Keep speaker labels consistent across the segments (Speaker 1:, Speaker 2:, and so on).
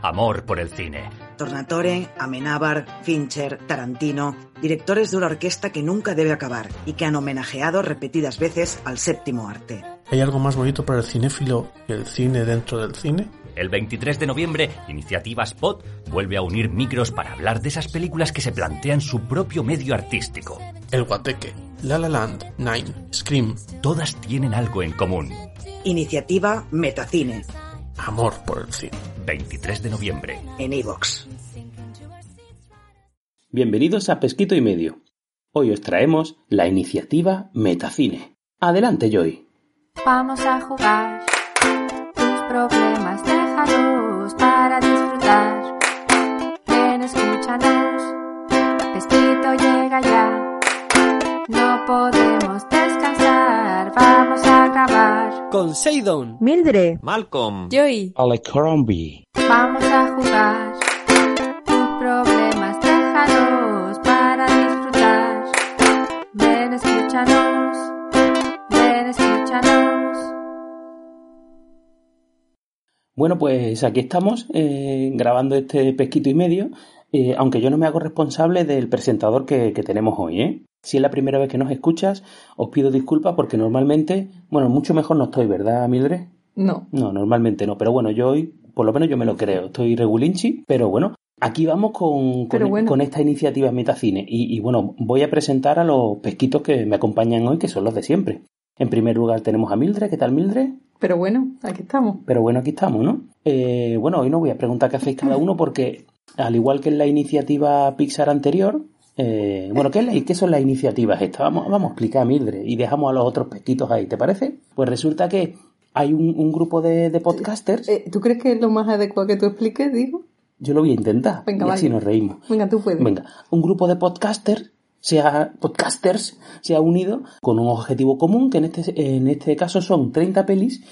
Speaker 1: Amor por el cine.
Speaker 2: Tornatore, Amenábar, Fincher, Tarantino, directores de una orquesta que nunca debe acabar y que han homenajeado repetidas veces al séptimo arte.
Speaker 3: ¿Hay algo más bonito para el cinéfilo que el cine dentro del cine?
Speaker 1: El 23 de noviembre, Iniciativa Spot vuelve a unir micros para hablar de esas películas que se plantean su propio medio artístico.
Speaker 3: El Guateque, La La Land, Nine, Scream,
Speaker 1: Todas tienen algo en común.
Speaker 2: Iniciativa Metacine,
Speaker 3: amor por el cine.
Speaker 1: 23 de noviembre.
Speaker 2: en iVox.
Speaker 4: Bienvenidos a Pesquito y Medio. Hoy os traemos la iniciativa Metacine. Adelante, Joy.
Speaker 5: Vamos a jugar. Tus problemas déjalos para disfrutar. Ven, escúchanos. Pesquito llega ya. No podemos descansar. Vamos a acabar.
Speaker 6: Con Seidon,
Speaker 7: Mildred,
Speaker 6: Malcolm,
Speaker 7: Joy,
Speaker 4: Alecrombi.
Speaker 5: Vamos a jugar. Tus problemas déjalos para disfrutar. Ven, escúchanos. Ven, escúchanos.
Speaker 4: Bueno, pues aquí estamos eh, grabando este Pesquito y Medio, eh, aunque yo no me hago responsable del presentador que, que tenemos hoy, ¿eh? Si es la primera vez que nos escuchas, os pido disculpas porque normalmente, bueno, mucho mejor no estoy, ¿verdad, Mildred?
Speaker 8: No.
Speaker 4: No, normalmente no, pero bueno, yo hoy, por lo menos yo me lo creo, estoy regulinchi, pero bueno, aquí vamos con,
Speaker 8: Pero
Speaker 4: con,
Speaker 8: bueno.
Speaker 4: con esta iniciativa Metacine y, y bueno, voy a presentar a los pesquitos que me acompañan hoy, que son los de siempre. En primer lugar tenemos a Mildred, ¿qué tal Mildred?
Speaker 8: Pero bueno, aquí estamos.
Speaker 4: Pero bueno, aquí estamos, ¿no? Eh, bueno, hoy no voy a preguntar qué hacéis cada uno porque, al igual que en la iniciativa Pixar anterior, eh, bueno, ¿qué, es la- qué son las iniciativas estas? Vamos, vamos a explicar, Mildred, y dejamos a los otros pesquitos ahí, ¿te parece? Pues resulta que hay un, un grupo de, de podcasters.
Speaker 8: Eh, ¿Tú crees que es lo más adecuado que tú expliques, digo?
Speaker 4: Yo lo voy a intentar.
Speaker 8: Venga,
Speaker 4: y
Speaker 8: vale.
Speaker 4: así nos reímos.
Speaker 8: Venga, tú puedes.
Speaker 4: Venga, un grupo de podcasters se ha, podcasters se ha unido con un objetivo común, que en este, en este caso son 30 pelis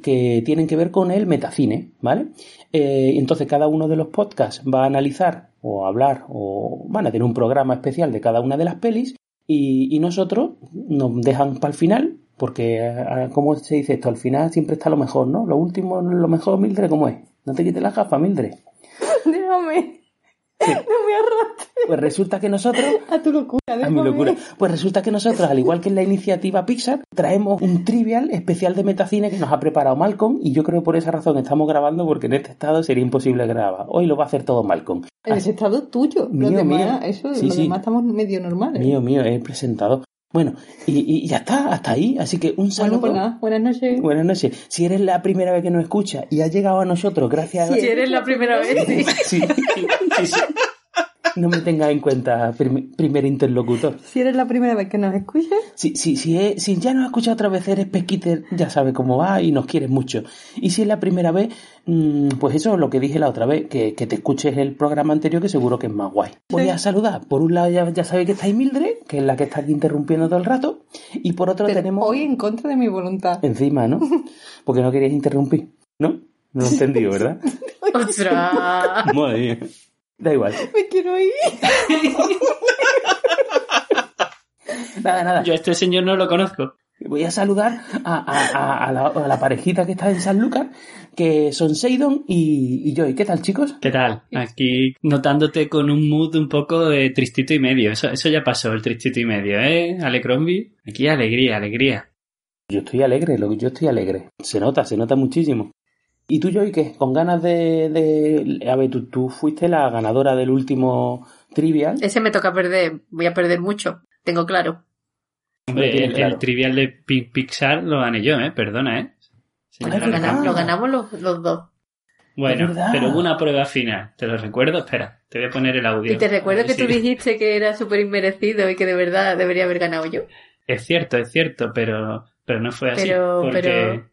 Speaker 4: que tienen que ver con el metacine, ¿vale? Eh, entonces cada uno de los podcasts va a analizar o hablar o van a tener un programa especial de cada una de las pelis y, y nosotros nos dejan para el final porque, ah, ¿cómo se dice esto? Al final siempre está lo mejor, ¿no? Lo último, lo mejor, Mildred, ¿cómo es? No te quites la gafa, Mildred.
Speaker 8: Déjame. No me arrastres
Speaker 4: Pues resulta que nosotros
Speaker 8: a tu locura.
Speaker 4: A mi
Speaker 8: déjame.
Speaker 4: locura. Pues resulta que nosotros, al igual que en la iniciativa Pixar, traemos un trivial especial de metacine que nos ha preparado Malcolm y yo creo por esa razón estamos grabando porque en este estado sería imposible grabar. Hoy lo va a hacer todo Malcolm.
Speaker 8: El
Speaker 4: Así-
Speaker 8: estado tuyo.
Speaker 4: Mío,
Speaker 8: los demás,
Speaker 4: mío.
Speaker 8: eso,
Speaker 4: Sí,
Speaker 8: los
Speaker 4: sí.
Speaker 8: demás estamos medio normales.
Speaker 4: mío, mío, es el presentador. Bueno, y, y ya está, hasta ahí. Así que un
Speaker 8: Bueno,
Speaker 4: saludo.
Speaker 8: pues nada, buenas noches.
Speaker 4: Buenas noches. Si eres la primera vez que nos escucha y has llegado a nosotros gracias a...
Speaker 8: Si eres
Speaker 7: la primera vez.
Speaker 4: Sí, sí, sí. No me tengas en cuenta, prim- primer interlocutor.
Speaker 8: Si eres la primera vez que nos escuchas,
Speaker 4: Si, si, si, es- si ya nos has escuchado otra vez, eres pesquiter, ya sabes cómo va y nos quieres mucho. Y si es la primera vez, mm, pues eso es lo que dije la otra vez, que, que te escuches el programa anterior que seguro que es más guay. Voy a saludar. Por un lado ya, ya sabéis que estáis Mildred, que es la que está aquí interrumpiendo todo el rato. Y por otro
Speaker 8: pero
Speaker 4: tenemos...
Speaker 8: hoy en contra de mi voluntad.
Speaker 4: Encima, ¿no? Porque no querías interrumpir, ¿no? No lo he entendido, ¿verdad?
Speaker 7: Ostras.
Speaker 4: Madre mía. Da igual.
Speaker 8: Me quiero ir.
Speaker 4: Nada, nada.
Speaker 9: Yo a este señor no lo conozco.
Speaker 4: Voy a saludar a, a- a- a la, a la parejita que está en San Lucas, que son Seidon y, y Joy. ¿Qué tal, chicos?
Speaker 9: ¿Qué tal? Aquí notándote con un mood un poco de tristito y medio. Eso, eso ya pasó, el tristito y medio, ¿eh? Alecrombie. Aquí alegría, alegría.
Speaker 4: Yo estoy alegre, lo que yo estoy alegre. Se nota, se nota muchísimo. ¿Y tú, Joy, qué? Con ganas de... de- A ver, tú, tú fuiste la ganadora del último trivial.
Speaker 7: Ese me toca perder. Voy a perder mucho. Tengo claro.
Speaker 4: Lo
Speaker 9: Hombre,
Speaker 4: tienes
Speaker 9: el,
Speaker 4: claro.
Speaker 9: el trivial de Pi- Pixar lo gané yo, ¿eh? Perdona, ¿eh?
Speaker 4: Ah,
Speaker 7: Lo
Speaker 9: Señor
Speaker 4: verdad.
Speaker 7: ganamos,
Speaker 9: Alecrombie.
Speaker 7: lo ganamos los, los dos.
Speaker 4: Es
Speaker 9: Bueno,
Speaker 4: verdad.
Speaker 9: pero hubo una prueba final. Te lo recuerdo. Espera, te voy a poner el audio.
Speaker 7: Y te recuerdo
Speaker 9: A ver
Speaker 7: que
Speaker 9: si-
Speaker 7: tú dijiste que era súper inmerecido y que de verdad debería haber ganado yo.
Speaker 9: Es cierto, es cierto, pero, pero no fue así.
Speaker 7: Pero-
Speaker 9: porque...
Speaker 7: pero-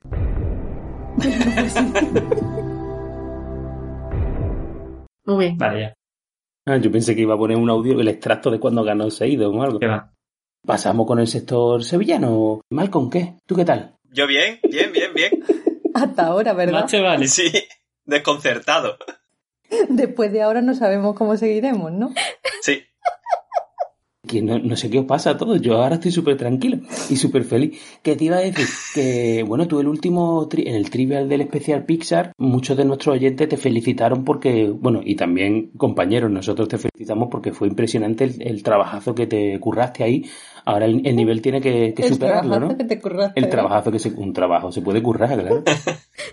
Speaker 7: Muy bien.
Speaker 9: Vale, ya.
Speaker 4: Ah, yo pensé que iba a poner un audio, el extracto de cuando ganó Seido o algo.
Speaker 9: ¿Qué va?
Speaker 4: Pasamos con el sector sevillano. Malcom, ¿qué? ¿Tú qué tal?
Speaker 6: Yo bien, bien, bien, bien.
Speaker 8: Hasta ahora, ¿verdad?
Speaker 9: Más te vale. Eh,
Speaker 6: Sí, desconcertado.
Speaker 8: Después de ahora no sabemos cómo seguiremos, ¿no?
Speaker 6: Sí.
Speaker 4: Que no, no sé qué os pasa a todos. Yo ahora estoy súper tranquilo y súper feliz. Que te iba a decir que, bueno, tú el último, tri- en el trivial del especial Pixar, muchos de nuestros oyentes te felicitaron porque, bueno, y también compañeros, nosotros te felicitamos porque fue impresionante el, el trabajazo que te curraste ahí. Ahora el, el nivel tiene que, que
Speaker 8: El
Speaker 4: superarlo,
Speaker 8: trabajazo
Speaker 4: ¿no?
Speaker 8: que te curraste,
Speaker 4: El
Speaker 8: ¿eh?
Speaker 4: trabajazo que se, un trabajo se puede currar, claro.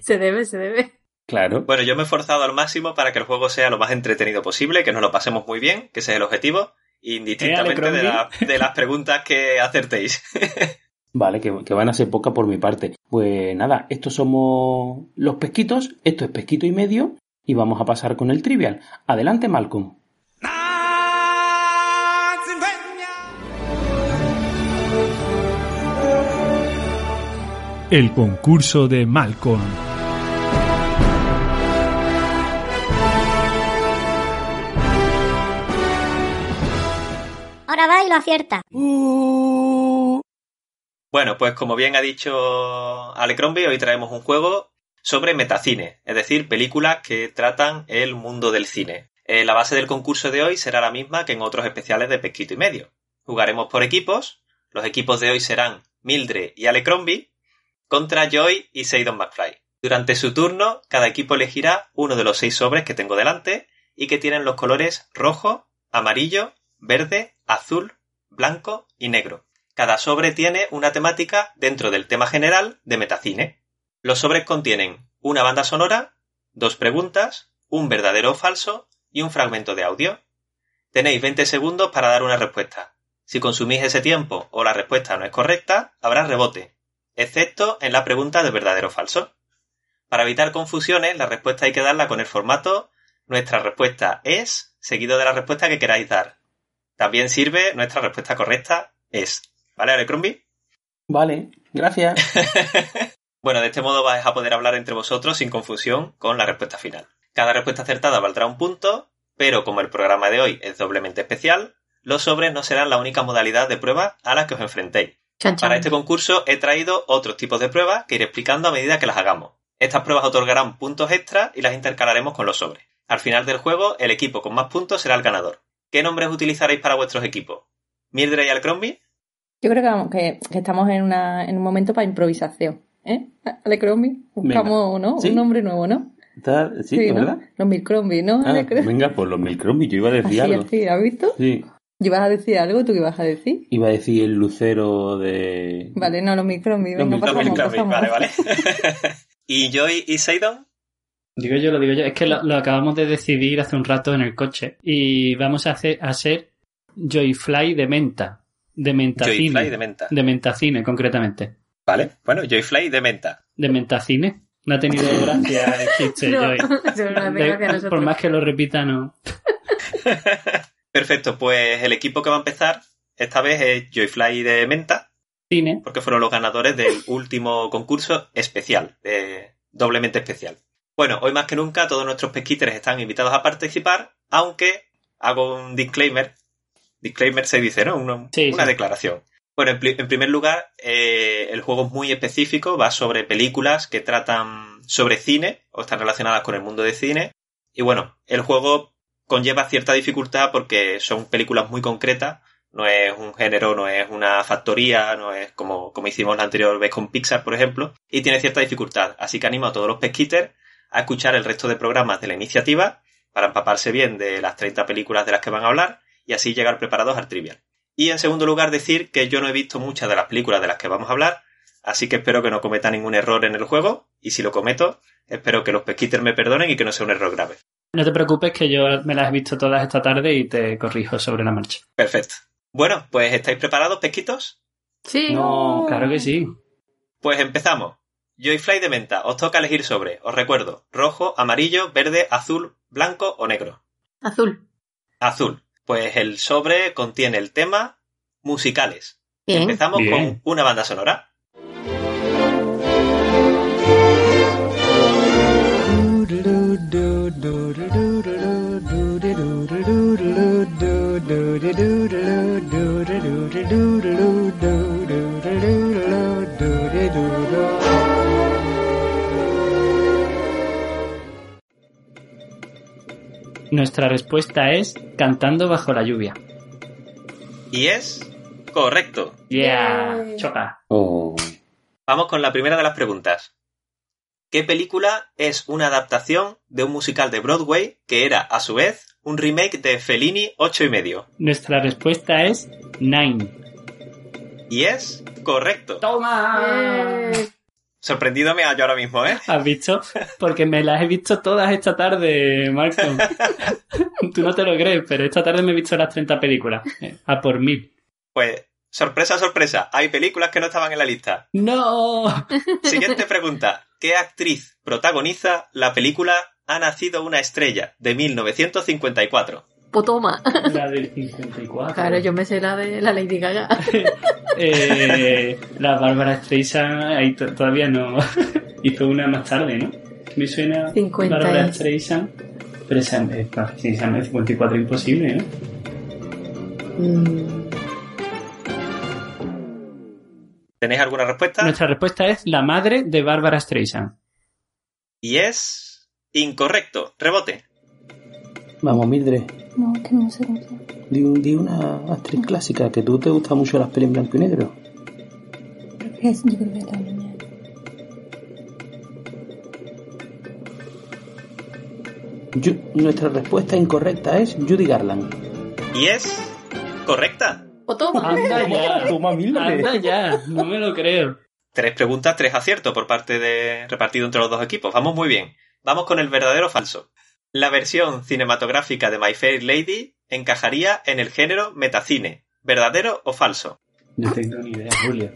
Speaker 7: Se debe, se debe.
Speaker 4: Claro.
Speaker 6: Bueno, yo me he forzado al máximo para que el juego sea lo más entretenido posible, que nos lo pasemos muy bien, que ese es el objetivo, indistintamente de, la- de las preguntas que acertéis.
Speaker 4: Vale, que, que van a ser pocas por mi parte. Pues nada, estos somos los pesquitos, esto es pesquito y medio, y vamos a pasar con el trivial. Adelante, Malcolm.
Speaker 10: El concurso de Malcolm.
Speaker 11: Ahora va y lo acierta.
Speaker 6: Bueno, pues como bien ha dicho Alecrombie, hoy traemos un juego sobre metacine, es decir, películas que tratan el mundo del cine. Eh, la base del concurso de hoy será la misma que en otros especiales de Pesquito y Medio. Jugaremos por equipos. Los equipos de hoy serán Mildred y Alecrombie contra Joy y Seidon McFly. Durante su turno, cada equipo elegirá uno de los seis sobres que tengo delante y que tienen los colores rojo, amarillo, verde, azul, blanco y negro. Cada sobre tiene una temática dentro del tema general de metacine. Los sobres contienen una banda sonora, dos preguntas, un verdadero o falso y un fragmento de audio. Tenéis 20 segundos para dar una respuesta. Si consumís ese tiempo o la respuesta no es correcta, habrá rebote, excepto en la pregunta de verdadero o falso. Para evitar confusiones, la respuesta hay que darla con el formato nuestra respuesta es seguido de la respuesta que queráis dar. También sirve nuestra respuesta correcta es. ¿Vale, Alecrombie?
Speaker 4: Vale, gracias.
Speaker 6: Bueno, de este modo vais a poder hablar entre vosotros sin confusión con la respuesta final. Cada respuesta acertada valdrá un punto, pero como el programa de hoy es doblemente especial, los sobres no serán la única modalidad de prueba a la que os enfrentéis.
Speaker 7: Chan, chan.
Speaker 6: Para este concurso he traído otros tipos de pruebas que iré explicando a medida que las hagamos. Estas pruebas otorgarán puntos extra y las intercalaremos con los sobres. Al final del juego, el equipo con más puntos será el ganador. ¿Qué nombres utilizaréis para vuestros equipos? ¿Mildred y Alcrombie?
Speaker 8: Yo creo que, vamos, que, que estamos en, una, en un momento para improvisación. ¿Eh? Alecrombie, buscamos ¿no?
Speaker 4: Sí.
Speaker 8: un nombre nuevo, ¿no?
Speaker 4: Está- Sí,
Speaker 8: ¿no?
Speaker 4: ¿verdad?
Speaker 8: Los Milcrombie, ¿no?
Speaker 4: Ah,
Speaker 8: Alecrombie.
Speaker 4: venga, por los Milcromi, yo iba a
Speaker 8: Así,
Speaker 4: decir algo.
Speaker 8: así, ¿has visto?
Speaker 4: Sí,
Speaker 8: ¿Yo ibas a decir algo? ¿Tú qué ibas a decir?
Speaker 4: iba a decir el lucero de...
Speaker 8: Vale, no, los Milcrombie,
Speaker 4: Los
Speaker 8: venga, pasamos,
Speaker 6: Milcrombie,
Speaker 8: pasamos.
Speaker 6: vale, vale. ¿Y Joy y Seidon?
Speaker 9: Digo yo, lo digo yo. Es que lo, lo acabamos de decidir hace un rato en el coche. Y vamos a hacer a ser Joyfly de menta. De mentacine.
Speaker 6: Joyfly de menta.
Speaker 9: De mentacine, concretamente.
Speaker 6: Vale, bueno, Joyfly de menta.
Speaker 9: De mentacine. No ha tenido gracia el chiste,
Speaker 7: No,
Speaker 9: Joy.
Speaker 7: eso no hace
Speaker 9: De-
Speaker 7: gracia a
Speaker 9: por
Speaker 7: nosotros.
Speaker 9: más que lo repita, no.
Speaker 6: Perfecto, pues el equipo que va a empezar esta vez es Joyfly de Menta,
Speaker 9: Cine.
Speaker 6: porque fueron los ganadores del último concurso especial, eh, doblemente especial. Bueno, hoy más que nunca todos nuestros pesquiteres están invitados a participar, aunque hago un disclaimer. Disclaimer se dice, ¿no? Uno-
Speaker 9: Sí,
Speaker 6: una
Speaker 9: sí.
Speaker 6: declaración. Bueno, en, pli- en primer lugar, eh, el juego es muy específico, va sobre películas que tratan sobre cine o están relacionadas con el mundo de cine. Y bueno, el juego conlleva cierta dificultad porque son películas muy concretas, no es un género, no es una factoría, no es como, como hicimos la anterior vez con Pixar, por ejemplo, y tiene cierta dificultad. Así que animo a todos los pesquitters a escuchar el resto de programas de la iniciativa para empaparse bien de las 30 películas de las que van a hablar y así llegar preparados al trivial. Y en segundo lugar decir que yo no he visto muchas de las películas de las que vamos a hablar, así que espero que no cometa ningún error en el juego y si lo cometo, espero que los pesquitters me perdonen y que no sea un error grave.
Speaker 9: No te preocupes que yo me las he visto todas esta tarde y te corrijo sobre la marcha.
Speaker 6: Perfecto. Bueno, pues ¿estáis preparados, pesquitos?
Speaker 7: Sí.
Speaker 9: No, claro que sí.
Speaker 6: Pues empezamos. Joyfly de menta, os toca elegir sobre, os recuerdo, rojo, amarillo, verde, azul, blanco o negro.
Speaker 7: Azul.
Speaker 6: Azul. Pues el sobre contiene el tema musicales.
Speaker 7: Bien.
Speaker 6: Empezamos
Speaker 9: Bien.
Speaker 6: con una banda sonora.
Speaker 9: Nuestra respuesta es Cantando bajo la lluvia.
Speaker 3: Y es correcto.
Speaker 9: Yeah, choca.
Speaker 4: Oh.
Speaker 3: Vamos con la primera de las preguntas. ¿Qué película es una adaptación de un musical de Broadway que era, a su vez, un remake de Fellini 8 y medio?
Speaker 9: Nuestra respuesta es Nine.
Speaker 3: Y es correcto.
Speaker 9: ¡Toma!
Speaker 12: Ah,
Speaker 3: Sorprendido me hallo ahora mismo, ¿eh?
Speaker 9: ¿Has visto? Porque me las he visto todas esta tarde, Malcolm. Tú no te lo crees, pero esta tarde me he visto las 30 películas. Eh, A por mil.
Speaker 3: Pues, sorpresa, sorpresa, hay películas que no estaban en la lista.
Speaker 9: ¡No!
Speaker 3: Siguiente pregunta. ¿Qué actriz protagoniza la película Ha nacido una estrella de 1954?
Speaker 12: Potoma.
Speaker 9: La del 54.
Speaker 12: Claro, yo me sé la de la Lady Gaga.
Speaker 9: Eh, la Bárbara Streisand ahí to- todavía no hizo una más tarde, ¿no? Me suena
Speaker 12: 50
Speaker 9: Bárbara
Speaker 12: es.
Speaker 9: Streisand, pero esa eh, no, Streisand es 54 imposible, ¿no?
Speaker 12: Mm,
Speaker 3: ¿Tenéis alguna respuesta?
Speaker 9: Nuestra respuesta es la madre de Bárbara Streisand.
Speaker 3: Y es incorrecto. Rebote.
Speaker 4: Vamos, Mildred.
Speaker 8: No, que no sé cómo se llama.
Speaker 4: Di, un- di una actriz clásica, que tú te gustan mucho las pelis en blanco y negro.
Speaker 8: Creo que es- Yo creo que es la niña.
Speaker 4: Yo- nuestra respuesta incorrecta es Judy Garland.
Speaker 3: Y es correcta.
Speaker 12: Potoma.
Speaker 9: Anda ya,
Speaker 4: Toma, Mildred.
Speaker 9: anda ya, no me lo creo.
Speaker 3: Tres preguntas, tres aciertos por parte de repartido entre los dos equipos. Vamos muy bien. Vamos con el verdadero o falso. La versión cinematográfica de My Fair Lady encajaría en el género metacine. ¿Verdadero o falso?
Speaker 9: No tengo ni idea, Julio.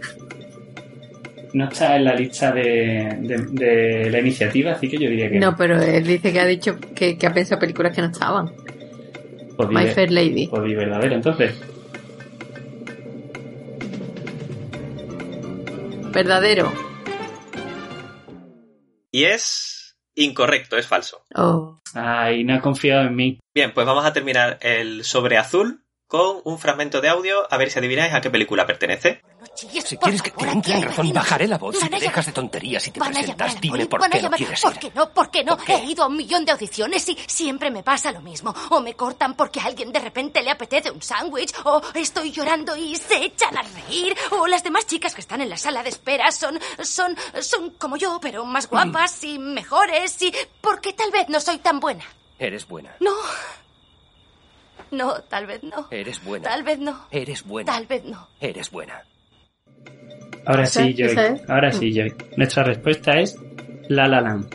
Speaker 9: No está en la lista de, de- de la iniciativa, así que yo diría que
Speaker 12: No, pero él dice que ha dicho que, que ha pensado películas que no estaban.
Speaker 9: Pues
Speaker 12: My
Speaker 9: dile-
Speaker 12: Fair Lady.
Speaker 9: Pues di verdadero, entonces.
Speaker 12: Verdadero.
Speaker 3: Y es incorrecto, es falso.
Speaker 12: Oh.
Speaker 9: Ay, no ha confiado en mí.
Speaker 3: Bien, pues vamos a terminar el sobre azul con un fragmento de audio a ver si adivináis a qué película pertenece.
Speaker 6: Si quieres que, que entren razón, bajaré la voz. Si te dejas de tonterías y te
Speaker 7: Van a llamar
Speaker 6: presentas,
Speaker 7: a
Speaker 6: dime
Speaker 7: Poli,
Speaker 6: por
Speaker 7: van
Speaker 6: qué
Speaker 7: a
Speaker 6: no
Speaker 7: llamar-
Speaker 6: quieres
Speaker 7: ¿Por
Speaker 6: ir.
Speaker 7: qué no? ¿Por qué no? He ido a un millón de audiciones y siempre me pasa lo mismo. O me cortan porque a alguien de repente le apetece un sándwich, o estoy llorando y se echan a reír, o las demás chicas que están en la sala de espera son, son, son como yo, pero más guapas y mejores y porque tal vez no soy tan buena.
Speaker 6: Eres buena.
Speaker 7: No. No, tal vez no.
Speaker 6: Eres buena.
Speaker 7: Tal vez no.
Speaker 6: Eres buena.
Speaker 7: Tal vez no.
Speaker 6: Eres buena.
Speaker 9: Ahora
Speaker 7: Esa-
Speaker 9: sí, Joy.
Speaker 7: esa es.
Speaker 9: Ahora sí, Joy. Nuestra respuesta es La La Land.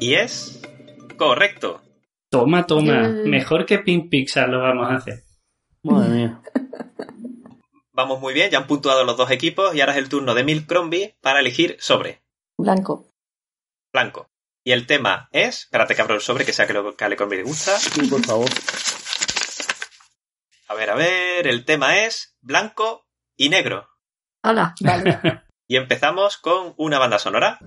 Speaker 3: Y es correcto.
Speaker 9: Toma, toma.
Speaker 3: Mm.
Speaker 9: Mejor que Pink Pixar lo vamos a hacer.
Speaker 4: Madre mía.
Speaker 3: Vamos muy bien, ya han puntuado los dos equipos y ahora es el turno de Mil Crombie para elegir sobre
Speaker 8: Blanco.
Speaker 3: blanco. Y el tema es, espérate que abro el sobre que sea que, lo, que a Ale Crombie le gusta.
Speaker 4: Sí, por favor.
Speaker 3: A ver, a ver, el tema es blanco y negro.
Speaker 7: Ah,
Speaker 12: Hola. Vale.
Speaker 3: Y empezamos con una banda sonora.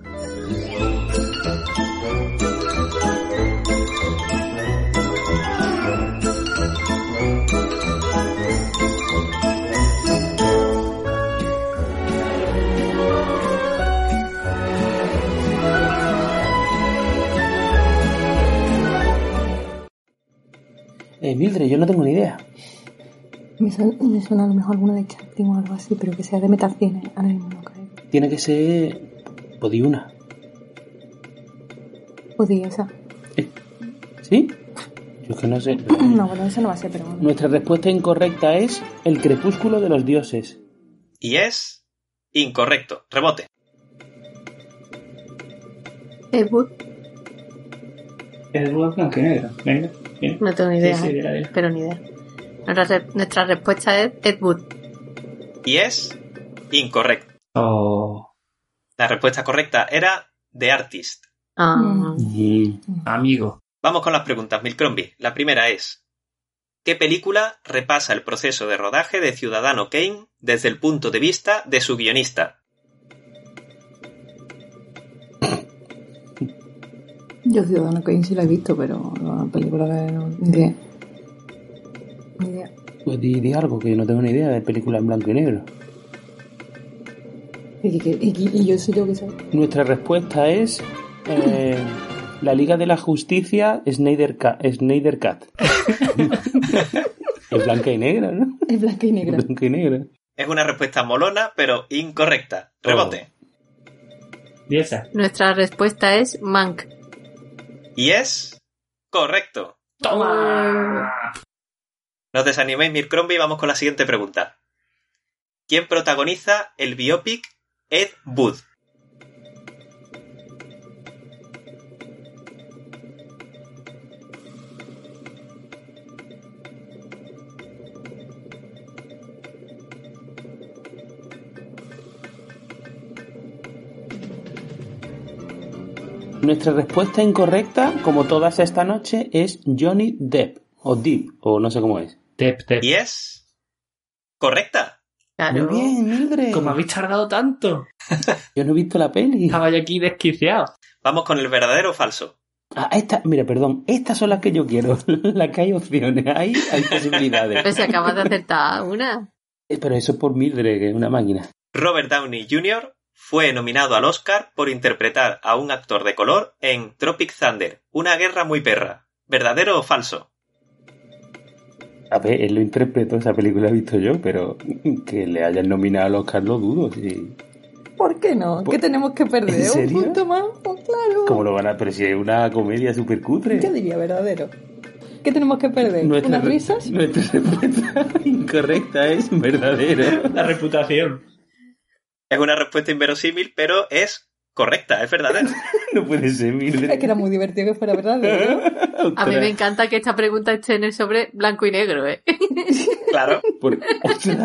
Speaker 4: Eh, Mildred, yo no tengo ni idea.
Speaker 8: Me suena, me suena a lo mejor alguna de Chaplin o algo así, pero que sea de Metacine. Ahora mismo no creo.
Speaker 4: Tiene que ser. Pues di una.
Speaker 8: Podría esa.
Speaker 4: ¿Sí? Yo es que no sé.
Speaker 8: No, bueno, esa no va a ser, pero bueno.
Speaker 4: Nuestra respuesta incorrecta es El crepúsculo de los dioses.
Speaker 3: Y es incorrecto. Rebote.
Speaker 12: Es Wood.
Speaker 9: Es blanco y negro. Venga, bien.
Speaker 12: No tengo ni
Speaker 9: Sí,
Speaker 12: idea.
Speaker 9: sí,
Speaker 12: ¿eh?
Speaker 9: dila, dila.
Speaker 12: Pero ni idea. Nuestra, re- nuestra respuesta es Ed Wood.
Speaker 3: Y es incorrecto.
Speaker 9: Oh.
Speaker 3: La respuesta correcta era The Artist.
Speaker 12: Ah.
Speaker 7: Mm.
Speaker 9: Amigo.
Speaker 3: Vamos con las preguntas, Milcrombie. La primera es: ¿Qué película repasa el proceso de rodaje de Ciudadano Kane desde el punto de vista de su guionista?
Speaker 8: Yo Ciudadano Kane sí la he visto, pero la película que no... Ni idea. Ni idea.
Speaker 4: Pues di, di algo que yo no tengo ni idea de película en blanco y negro.
Speaker 8: Y, que- y que- y yo soy yo que sé.
Speaker 4: Nuestra respuesta es. eh, La Liga de la Justicia, Snyder, Ca- Snyder Cat. en blanca y negra, ¿no?
Speaker 8: Es blanca y negra.
Speaker 4: En blanca y negra.
Speaker 6: Es una respuesta molona, pero incorrecta. Rebote.
Speaker 9: Oh, Dieza.
Speaker 7: Nuestra respuesta es Mank.
Speaker 6: Y es correcto.
Speaker 9: ¡Toma!
Speaker 6: No os desaniméis, Mircrombie, y vamos con la siguiente pregunta. ¿Quién protagoniza el biopic Ed Wood?
Speaker 4: Nuestra respuesta incorrecta, como todas esta noche, es Johnny Depp. O Deep, o no sé cómo es.
Speaker 9: Tep, tep.
Speaker 6: Y es correcta.
Speaker 7: Claro.
Speaker 4: Muy bien, Mildred.
Speaker 9: ¿Cómo habéis tardado tanto?
Speaker 4: Yo no he visto la peli.
Speaker 9: Estaba yo aquí desquiciado.
Speaker 6: Vamos con el verdadero o falso.
Speaker 4: Ah, esta, mira, perdón. Estas son las que yo quiero. las que hay opciones. Ahí hay
Speaker 7: Pero
Speaker 4: posibilidades.
Speaker 7: si acabas de acertar una.
Speaker 4: Eh, Pero eso es por Mildred, que es una máquina.
Speaker 6: Robert Downey Jr. fue nominado al Oscar por interpretar a un actor de color en Tropic Thunder, una guerra muy perra. ¿Verdadero o falso?
Speaker 4: A ver, él lo interpretó, esa película la he visto yo, pero que le hayan nominado al Oscar lo dudo. sí.
Speaker 8: ¿Por qué no? ¿Qué
Speaker 4: ¿Por-
Speaker 8: tenemos que perder?
Speaker 4: ¿En serio?
Speaker 8: ¿Un punto más? Pues claro.
Speaker 4: ¿Cómo lo van a pero si es una comedia súper cutre?
Speaker 8: Yo diría verdadero. ¿Qué tenemos que perder?
Speaker 4: Nuestra
Speaker 8: ¿Unas
Speaker 4: re-
Speaker 8: risas?
Speaker 4: Nuestra respuesta incorrecta es verdadero.
Speaker 9: La reputación.
Speaker 6: Es una respuesta inverosímil, pero es correcta, es verdadero.
Speaker 4: No puede ser, Mildred.
Speaker 8: Es que era muy divertido que fuera verdadero.
Speaker 7: A mí
Speaker 4: Ostras,
Speaker 7: me encanta que esta pregunta esté en el sobre blanco y negro, ¿eh?
Speaker 6: Claro.
Speaker 4: por- Ostras,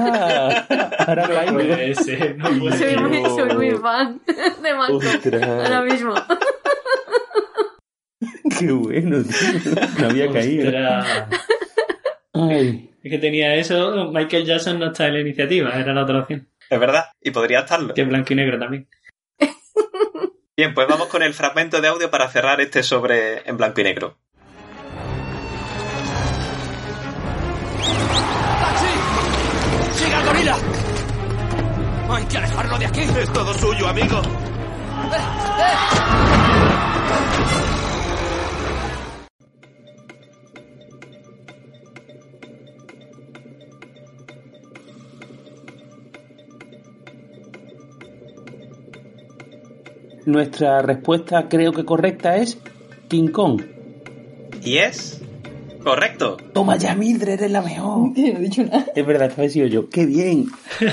Speaker 4: ahora
Speaker 9: No
Speaker 4: caigo.
Speaker 9: puede ser, no puede
Speaker 7: Soy
Speaker 9: ser.
Speaker 7: muy, soy muy fan de Manco. Ahora
Speaker 4: Ostras,
Speaker 7: mismo.
Speaker 4: qué bueno, tío. No había caído.
Speaker 9: Ostras.
Speaker 4: Ay,
Speaker 9: Es que tenía eso. Michael Jackson no está en la iniciativa, era la otra opción.
Speaker 6: Es verdad, y podría estarlo.
Speaker 9: Que es blanco y negro también.
Speaker 6: Bien, pues vamos con el fragmento de audio para cerrar este sobre en blanco y negro.
Speaker 11: ¡Siga al gorila! ¡Hay que alejarlo de aquí! Es todo suyo, amigo.
Speaker 4: nuestra respuesta creo que correcta es King Kong.
Speaker 6: Y es correcto.
Speaker 4: Toma ya, Mildred, eres la mejor.
Speaker 8: Yo no he dicho nada.
Speaker 4: Es verdad, esta vez he sido yo. ¡Qué bien!
Speaker 6: El,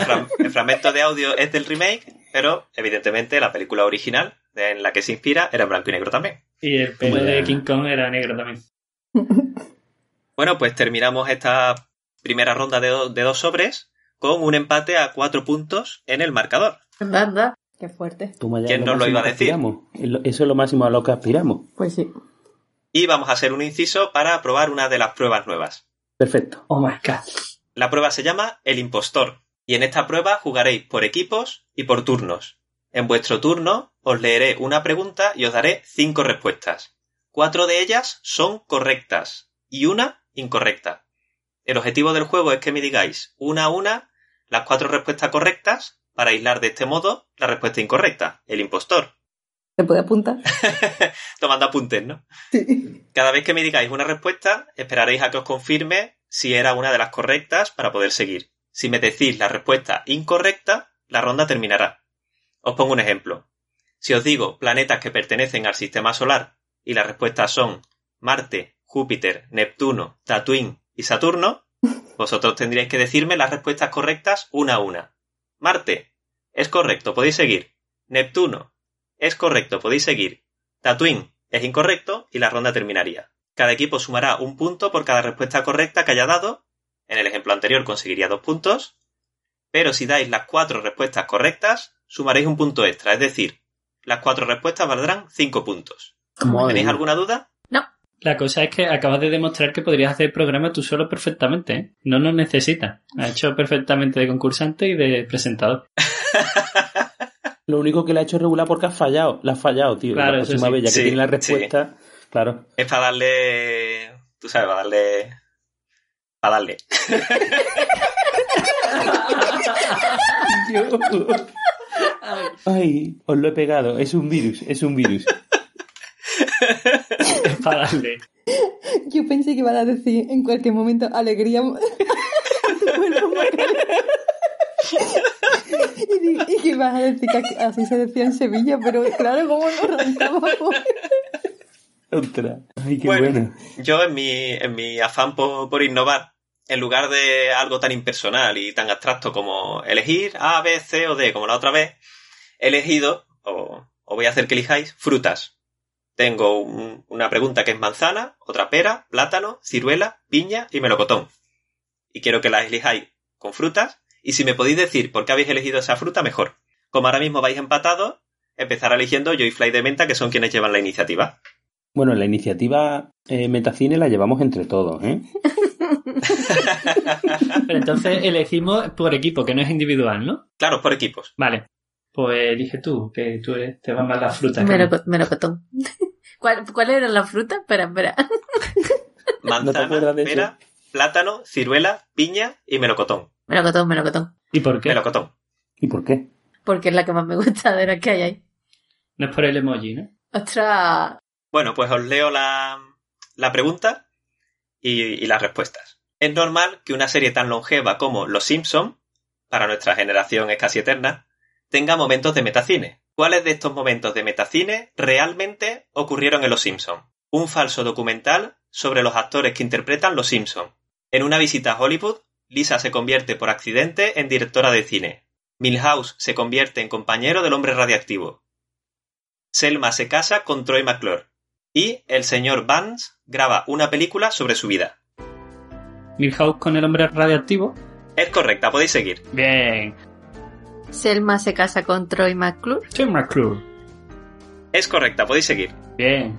Speaker 6: fra- el fragmento de audio es del remake, pero evidentemente la película original en la que se inspira era en blanco y negro también.
Speaker 9: Y el pelo
Speaker 4: Bueno.
Speaker 9: de King Kong era negro también.
Speaker 6: Bueno, pues terminamos esta primera ronda de, do- de dos sobres con un empate a cuatro puntos en el marcador.
Speaker 7: Anda, anda.
Speaker 8: Qué fuerte.
Speaker 4: Toma ya,
Speaker 6: ¿Quién
Speaker 4: es
Speaker 6: nos lo
Speaker 4: máximo
Speaker 6: iba a
Speaker 4: que
Speaker 6: decir?
Speaker 4: aspiramos. Es lo- Eso es lo máximo a lo que aspiramos.
Speaker 8: Pues sí.
Speaker 6: Y vamos a hacer un inciso para probar una de las pruebas nuevas.
Speaker 4: Perfecto.
Speaker 9: Oh my god.
Speaker 6: La prueba se llama El Impostor, y en esta prueba jugaréis por equipos y por turnos. En vuestro turno os leeré una pregunta y os daré cinco respuestas. Cuatro de ellas son correctas y una incorrecta. El objetivo del juego es que me digáis una a una las cuatro respuestas correctas para aislar de este modo la respuesta incorrecta, el impostor.
Speaker 8: ¿Te puede apuntar?
Speaker 6: Tomando apuntes, ¿no?
Speaker 8: Sí.
Speaker 6: Cada vez que me digáis una respuesta, esperaréis a que os confirme si era una de las correctas para poder seguir. Si me decís la respuesta incorrecta, la ronda terminará. Os pongo un ejemplo. Si os digo planetas que pertenecen al sistema solar y las respuestas son Marte, Júpiter, Neptuno, Tatooine y Saturno, vosotros tendríais que decirme las respuestas correctas una a una. Marte, es correcto, podéis seguir. Neptuno, es correcto, podéis seguir. Tatooine es incorrecto y la ronda terminaría. Cada equipo sumará un punto por cada respuesta correcta que haya dado. En el ejemplo anterior conseguiría dos puntos. Pero si dais las cuatro respuestas correctas, sumaréis un punto extra. Es decir, las cuatro respuestas valdrán cinco puntos.
Speaker 4: Madre
Speaker 6: ¿Tenéis
Speaker 4: mía.
Speaker 6: alguna duda?
Speaker 9: La cosa es que acabas de demostrar que podrías hacer el programa tú solo perfectamente. ¿eh? No nos necesitas. Ha hecho perfectamente de concursante y de presentador.
Speaker 4: Lo único que le ha hecho regular porque has fallado. La has fallado, tío.
Speaker 9: Claro,
Speaker 4: la
Speaker 9: eso
Speaker 4: próxima
Speaker 9: sí.
Speaker 4: vez ya que
Speaker 6: Sí,
Speaker 4: tiene la
Speaker 6: sí.
Speaker 4: respuesta. Claro.
Speaker 6: Es para darle... Tú sabes, para darle... Para darle.
Speaker 4: Yo- Ay, os lo he pegado. Es un virus, es un virus.
Speaker 9: Para darle.
Speaker 8: Yo pensé que iban a decir en cualquier momento alegría. a tu pueblo, Macarena. y, di- y que ibas a decir que aquí- así se decía en Sevilla, pero claro, ¿cómo nos arrancamos?
Speaker 4: Ostras. Ay, qué
Speaker 6: Bueno.
Speaker 4: bueno.
Speaker 6: Yo en mi, en mi afán por, por innovar, en lugar de algo tan impersonal y tan abstracto como elegir A, B, C o D como la otra vez, he elegido, o, o voy a hacer que elijáis, frutas. Tengo un- una pregunta que es manzana, otra pera, plátano, ciruela, piña y melocotón. Y quiero que las elijáis con frutas y si me podéis decir por qué habéis elegido esa fruta, mejor. Como ahora mismo vais empatados, empezar eligiendo yo y Fly de Menta, que son quienes llevan la iniciativa.
Speaker 4: Bueno, la iniciativa eh, Metacine la llevamos entre todos, ¿eh?
Speaker 9: Pero entonces elegimos por equipo, que no es individual, ¿no?
Speaker 6: Claro, por equipos.
Speaker 9: Vale. Pues elige tú, que tú eres- te van más las frutas. que a mí.
Speaker 7: Meloco- melocotón. ¿Cuál, ¿Cuál era la fruta? Espera, espera.
Speaker 6: Manzana, pera, plátano, ciruela, piña y melocotón.
Speaker 7: Melocotón, melocotón.
Speaker 9: ¿Y por qué?
Speaker 6: Melocotón.
Speaker 4: ¿Y por qué?
Speaker 7: Porque es la que más me gusta de las que hay ahí.
Speaker 9: No es por el emoji, ¿no?
Speaker 7: ¡Ostras!
Speaker 6: Bueno, pues os leo la, la pregunta y, y las respuestas. Es normal que una serie tan longeva como Los Simpson, para nuestra generación es casi eterna, tenga momentos de metacine. ¿Cuáles de estos momentos de metacine realmente ocurrieron en Los Simpson? Un falso documental sobre los actores que interpretan Los Simpson. En una visita a Hollywood, Lisa se convierte por accidente en directora de cine. Milhouse se convierte en compañero del hombre radiactivo. Selma se casa con Troy McClure y el señor Vance graba una película sobre su vida.
Speaker 9: Milhouse con el hombre radioactivo.
Speaker 6: Es correcta, podéis seguir.
Speaker 9: Bien.
Speaker 7: Selma se casa con Troy McClure.
Speaker 9: Tim McClure.
Speaker 6: Es correcta, podéis seguir.
Speaker 9: Bien.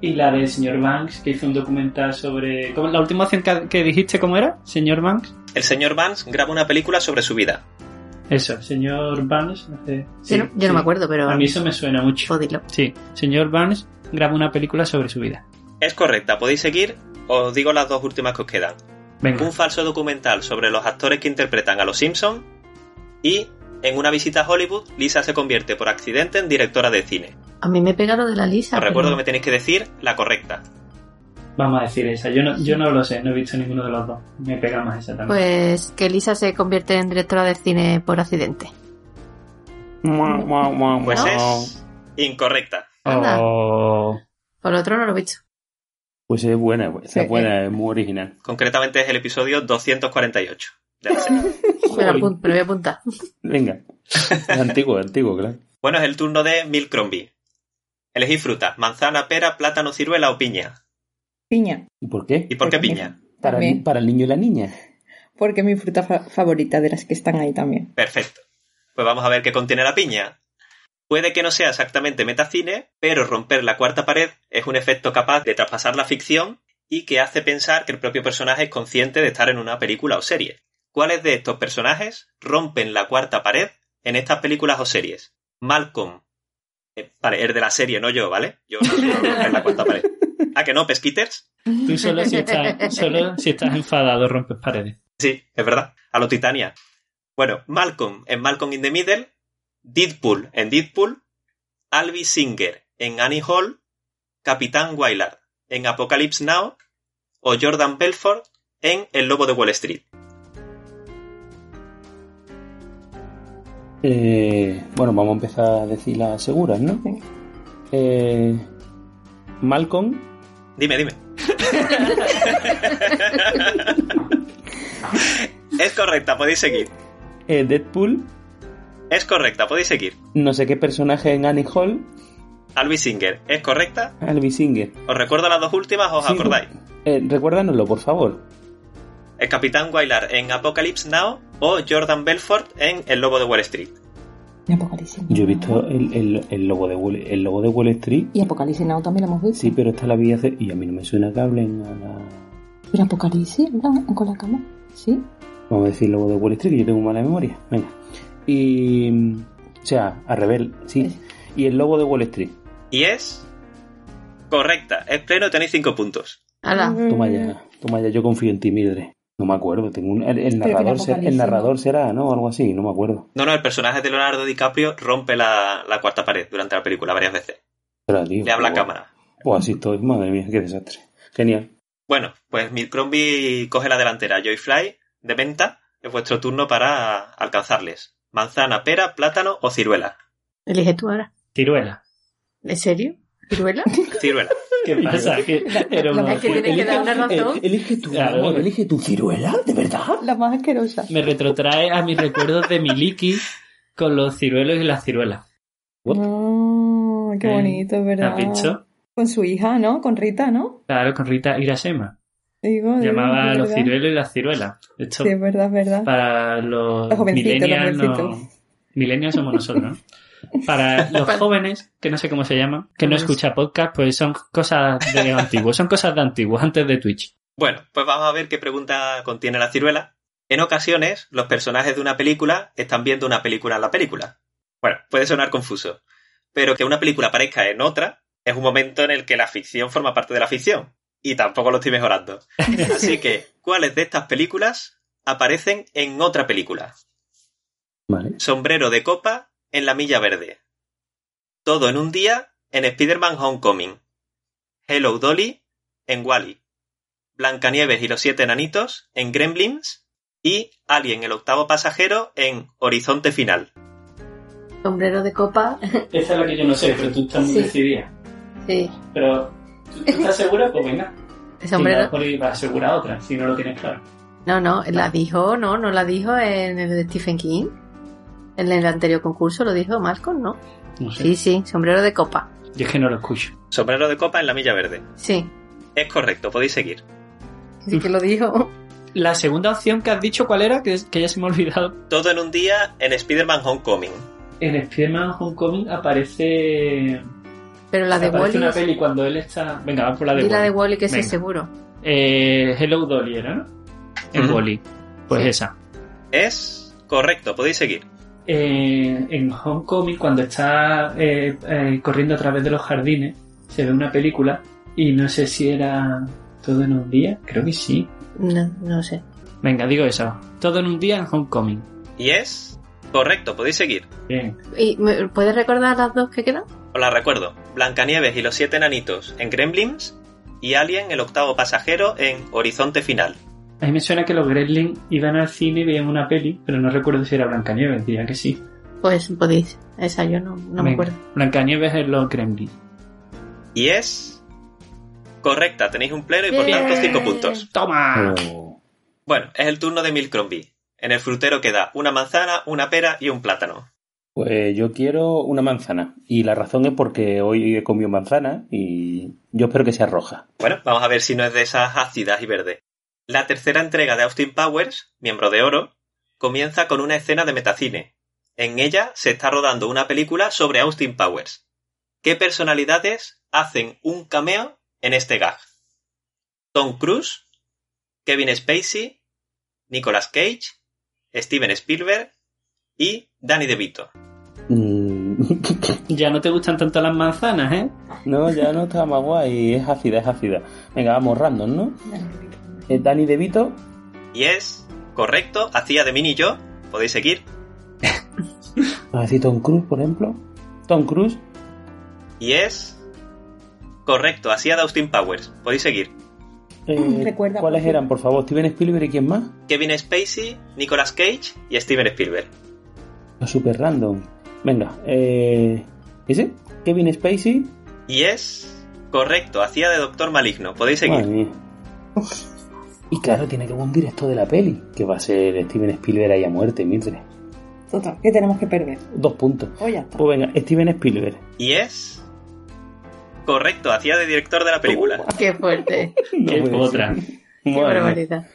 Speaker 9: Y la del señor Banks, que hizo un documental sobre... ¿Cómo- ¿La última opción que, que dijiste cómo era? Señor Banks.
Speaker 6: El señor Vance graba una película sobre su vida.
Speaker 9: Eso, señor Banks. no sé.
Speaker 7: Yo no- yo no me acuerdo, pero-
Speaker 9: A mí eso me suena mucho. Sí, señor Banks graba una película sobre su vida.
Speaker 6: Es correcta, podéis seguir. Os digo las dos últimas que os quedan.
Speaker 9: Venga.
Speaker 6: Un falso documental sobre los actores que interpretan a los Simpson y en una visita a Hollywood, Lisa se convierte por accidente en directora de cine.
Speaker 7: A mí me pega lo de la Lisa.
Speaker 6: Os recuerdo que
Speaker 7: pero-
Speaker 6: me tenéis que decir la correcta.
Speaker 9: Vamos a decir esa. Yo no, yo no lo sé, no he visto ninguno de los dos. Me pega más esa también.
Speaker 7: Pues que Lisa se convierte en directora de cine por accidente.
Speaker 6: Pues
Speaker 7: No.
Speaker 6: es incorrecta.
Speaker 7: Anda.
Speaker 9: Oh.
Speaker 7: Por lo otro no lo he visto.
Speaker 4: Pues es buena, esa
Speaker 7: Sí.
Speaker 4: es buena, es muy original.
Speaker 6: Concretamente es el episodio 248.
Speaker 7: Me lo, apun- me lo voy a apuntar.
Speaker 4: Venga. Es antiguo, es antiguo, claro.
Speaker 6: Bueno, es el turno de Milcrombie. Elegí frutas, manzana, pera, plátano, ciruela o piña.
Speaker 8: Piña.
Speaker 4: ¿Y por qué?
Speaker 6: ¿Y por qué piña?
Speaker 4: Para el,
Speaker 8: También.
Speaker 4: para el niño y la niña.
Speaker 8: Porque es mi fruta fa- favorita de las que están ahí también.
Speaker 6: Perfecto. Pues vamos a ver qué contiene la piña. Puede que no sea exactamente metacine, pero romper la cuarta pared es un efecto capaz de traspasar la ficción y que hace pensar que el propio personaje es consciente de estar en una película o serie. ¿Cuáles de estos personajes rompen la cuarta pared en estas películas o series? Malcolm. Eh, vale, el de la serie, no yo, ¿vale? Yo no suelo romper la cuarta pared. ¿A que no, Pesquiters?
Speaker 9: Tú solo si, estás, solo si estás enfadado rompes paredes.
Speaker 6: Sí, es verdad. A lo Titania. Bueno, Malcolm en Malcolm in the Middle, Deadpool en Deadpool, Albi Singer en Annie Hall, Capitán Wailard en Apocalypse Now o Jordan Belfort en El Lobo de Wall Street.
Speaker 4: Eh, bueno, vamos a empezar a decir las seguras, ¿no? Eh, Malcolm.
Speaker 6: Dime, dime. es correcta, podéis seguir.
Speaker 4: eh, Deadpool.
Speaker 6: Es correcta, podéis seguir.
Speaker 4: No sé qué personaje en Annie Hall.
Speaker 6: Albi Singer, ¿es correcta?
Speaker 4: Albi Singer.
Speaker 6: Os recuerdo las dos últimas, os
Speaker 4: Sí.
Speaker 6: acordáis.
Speaker 4: Eh, recuérdanoslo, por favor.
Speaker 6: el Capitán Wailar en Apocalypse Now o Jordan Belfort en El Lobo de Wall Street.
Speaker 4: Yo he visto el, el- el logo, de Wall, el logo de Wall Street.
Speaker 8: Y Apocalipsis Now también la hemos visto.
Speaker 4: Sí, pero esta la vi hace. Y a mí no me suena que hablen a la.
Speaker 8: Pero Apocalipsis, ¿no? Con la cama. Sí.
Speaker 4: Vamos a decir logo de Wall Street, que yo tengo mala memoria. Venga. Y. mm, O sea, a rebel, sí. Y el logo de Wall Street.
Speaker 6: Y es correcta, es pleno, tenéis cinco puntos.
Speaker 7: Ala.
Speaker 4: Toma ya, toma ya, yo confío en ti, Mildred. No me acuerdo, tengo un, el, el
Speaker 6: Pero que
Speaker 4: narrador,
Speaker 6: era
Speaker 4: ser- el
Speaker 6: Apocalipsis,
Speaker 4: narrador será, ¿no? Algo así, no me acuerdo.
Speaker 6: No, no, el personaje de Leonardo DiCaprio rompe la, la cuarta pared durante la película varias veces.
Speaker 4: Ostras, tío,
Speaker 6: Le habla a
Speaker 4: qué
Speaker 6: cámara.
Speaker 4: Pues así estoy, madre mía, qué desastre. Genial.
Speaker 6: Bueno, pues Milcrombie coge la delantera. Joyfly, de venta, es vuestro turno para alcanzarles. Manzana, pera, plátano o ciruela.
Speaker 7: Elige tú ahora.
Speaker 9: Ciruela.
Speaker 7: ¿En serio? ¿Ciruela?
Speaker 6: Ciruela.
Speaker 9: ¿Qué pasa? ¿Qué, pero
Speaker 7: La- la que tiene que dar una razón.
Speaker 4: Elige tu,
Speaker 9: Claro.
Speaker 4: amor, elige tu ciruela, de verdad.
Speaker 8: La más asquerosa.
Speaker 9: Me retrotrae a mis recuerdos de Miliki con los ciruelos y las ciruelas.
Speaker 8: No, Oh, qué
Speaker 9: Eh,
Speaker 8: bonito, es
Speaker 9: ¿Te
Speaker 8: verdad.
Speaker 9: has dicho?
Speaker 8: Con su hija, ¿no? Con Rita, ¿no?
Speaker 9: Claro, con Rita Irasema.
Speaker 8: Digo, digo,
Speaker 9: Llamaba a
Speaker 8: es
Speaker 9: los
Speaker 8: verdad.
Speaker 9: ciruelos y las ciruelas. Esto
Speaker 8: Sí, es verdad, es verdad.
Speaker 9: para los,
Speaker 8: Los jovencitos, los
Speaker 9: millennials,
Speaker 8: jovencitos.
Speaker 9: no- millennials somos nosotros, ¿no? Para los jóvenes, que no sé cómo se llaman, que no escucha podcast, pues son cosas de antiguo, son cosas de antiguo, antes de Twitch.
Speaker 6: Bueno, pues vamos a ver qué pregunta contiene la ciruela. En ocasiones, los personajes de una película están viendo una película en la película. Bueno, puede sonar confuso, pero que una película aparezca en otra es un momento en el que la ficción forma parte de la ficción. Y tampoco lo estoy mejorando. Así que, ¿cuáles de estas películas aparecen en otra película? Sombrero de copa en la milla verde. Todo en un día en Spider-Man Homecoming. Hello Dolly en Wally. Blancanieves y los siete enanitos en Gremlins. Y Alien, el octavo pasajero en Horizonte Final.
Speaker 7: Sombrero de copa.
Speaker 9: Esa es la que yo no sé, pero tú estás muy
Speaker 7: Sí.
Speaker 9: decidida.
Speaker 7: Sí.
Speaker 9: Pero, ¿tú, tú estás segura? Pues venga.
Speaker 7: El
Speaker 9: Si
Speaker 7: ¿Este sombrero.
Speaker 9: no, pues va a asegurar otra, si no lo tienes claro.
Speaker 7: No, no, la dijo, no, no la dijo en el de Stephen King. En el anterior concurso lo dijo Malcolm, ¿no?
Speaker 9: No sé.
Speaker 7: Sí, sí, sombrero de copa.
Speaker 9: Yo es que no lo escucho.
Speaker 6: Sombrero de copa en la milla verde.
Speaker 7: Sí,
Speaker 6: Es correcto, podéis seguir.
Speaker 7: sí que lo dijo.
Speaker 9: La segunda opción que has dicho, ¿cuál era? Que, que ya se me ha olvidado.
Speaker 6: Todo en un día en Spider-Man Homecoming.
Speaker 9: En Spider-Man Homecoming aparece.
Speaker 7: Pero la de
Speaker 9: aparece
Speaker 7: Wally.
Speaker 9: una peli cuando él está. Venga, vamos por la de
Speaker 7: Y
Speaker 9: Wally.
Speaker 7: la de Wally, que ese es
Speaker 9: Venga.
Speaker 7: seguro.
Speaker 9: Eh, Hello Dolly era, ¿no? En Wally. Pues esa.
Speaker 6: Es correcto, podéis seguir.
Speaker 9: Eh, en Homecoming, cuando está eh, eh, corriendo a través de los jardines, se ve una película y no sé si era todo en un día. Creo que sí.
Speaker 7: No, no sé.
Speaker 9: Venga, digo eso. Todo en un día en Homecoming.
Speaker 6: Y es correcto, podéis seguir.
Speaker 9: Bien.
Speaker 7: ¿Y me- puedes recordar las dos que quedan?
Speaker 6: Os la recuerdo. Blancanieves y los siete enanitos en Gremlins. Y Alien, el octavo pasajero en Horizonte Final.
Speaker 9: A mí me suena que los Gremlins iban al cine y veían una peli, pero no recuerdo si era Blancanieves, diría que sí.
Speaker 7: Pues podéis. Esa yo no, no me
Speaker 9: Venga,
Speaker 7: acuerdo.
Speaker 9: Blancanieves es los Gremlins.
Speaker 6: Y es correcta, tenéis un pleno y por
Speaker 9: Bien.
Speaker 6: tanto cinco puntos.
Speaker 4: Oh. Ah,
Speaker 9: ¡Toma!
Speaker 6: Bueno, es el turno de Milcrombie. En el frutero queda una manzana, una pera y un plátano.
Speaker 4: Pues yo quiero una manzana. Y la razón es porque hoy he comido manzana y yo espero que sea roja.
Speaker 6: Bueno, vamos a ver si no es de esas ácidas y verde. La tercera entrega de Austin Powers, miembro de oro, comienza con una escena de metacine. En ella se está rodando una película sobre Austin Powers. ¿Qué personalidades hacen un cameo en este gag? Tom Cruise, Kevin Spacey, Nicolas Cage, Steven Spielberg y Danny DeVito.
Speaker 4: Mm.
Speaker 9: Ya no te gustan tanto las manzanas, ¿eh?
Speaker 4: No, ya no está más guay. Es ácida, es ácida. Venga, vamos random, ¿no? Eh, Dani DeVito.
Speaker 6: Y es correcto, hacía de mini yo. Podéis seguir.
Speaker 4: Así Tom Cruise, por ejemplo. Tom Cruise.
Speaker 6: Y es correcto, hacía de Austin Powers. Podéis seguir.
Speaker 4: eh,
Speaker 8: Recuerda,
Speaker 4: ¿Cuáles
Speaker 8: por
Speaker 4: eran, por favor? Steven Spielberg y quién más?
Speaker 6: Kevin Spacey, Nicolas Cage y Steven Spielberg.
Speaker 4: Super random. Venga, eh, ¿ese? Kevin Spacey.
Speaker 6: Y es correcto, hacía de Doctor Maligno. Podéis seguir.
Speaker 4: Madre mía. Y claro, tiene que hundir esto de la peli. Que va a ser Steven Spielberg ahí a muerte, Mitre.
Speaker 8: Total, ¿qué tenemos que perder?
Speaker 4: Dos puntos.
Speaker 8: Pues ya está.
Speaker 4: Pues venga, Steven Spielberg.
Speaker 6: Y es correcto, hacía de director de la película.
Speaker 7: Qué fuerte.
Speaker 9: Qué
Speaker 4: puede
Speaker 9: potra.
Speaker 4: ser.
Speaker 7: Qué
Speaker 4: Madre mía.
Speaker 7: barbaridad.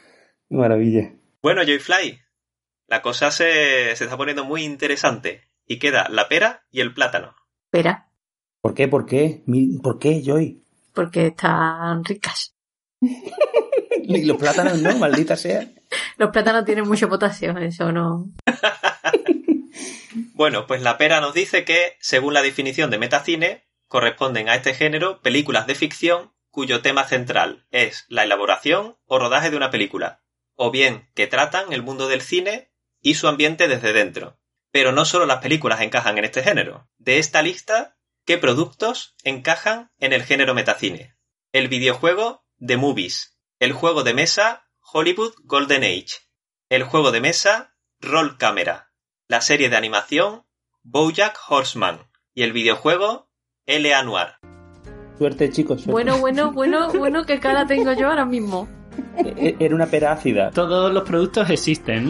Speaker 4: Maravilla.
Speaker 6: Bueno, Joyfly, la cosa se, se está poniendo muy interesante. Y queda la pera y el plátano.
Speaker 7: Espera,
Speaker 4: ¿Por qué? ¿Por qué? Mi- ¿Por qué, Joy?
Speaker 7: porque están ricas.
Speaker 4: Y los plátanos no, maldita sea.
Speaker 7: Los plátanos tienen mucho potasio, eso no.
Speaker 6: Bueno, pues la pera nos dice que, según la definición de metacine, corresponden a este género películas de ficción cuyo tema central es la elaboración o rodaje de una película, o bien que tratan el mundo del cine y su ambiente desde dentro. Pero no solo las películas encajan en este género. De esta lista ¿Qué productos encajan en el género metacine? El videojuego The Movies. El juego de mesa Hollywood Golden Age. El juego de mesa Roll Camera. La serie de animación Bojack Horseman. Y el videojuego L. Anuar.
Speaker 4: Suerte, chicos. suerte.
Speaker 7: Bueno, bueno, bueno, bueno, qué cara tengo yo ahora mismo.
Speaker 4: E- Era una pera ácida.
Speaker 9: Todos los productos existen,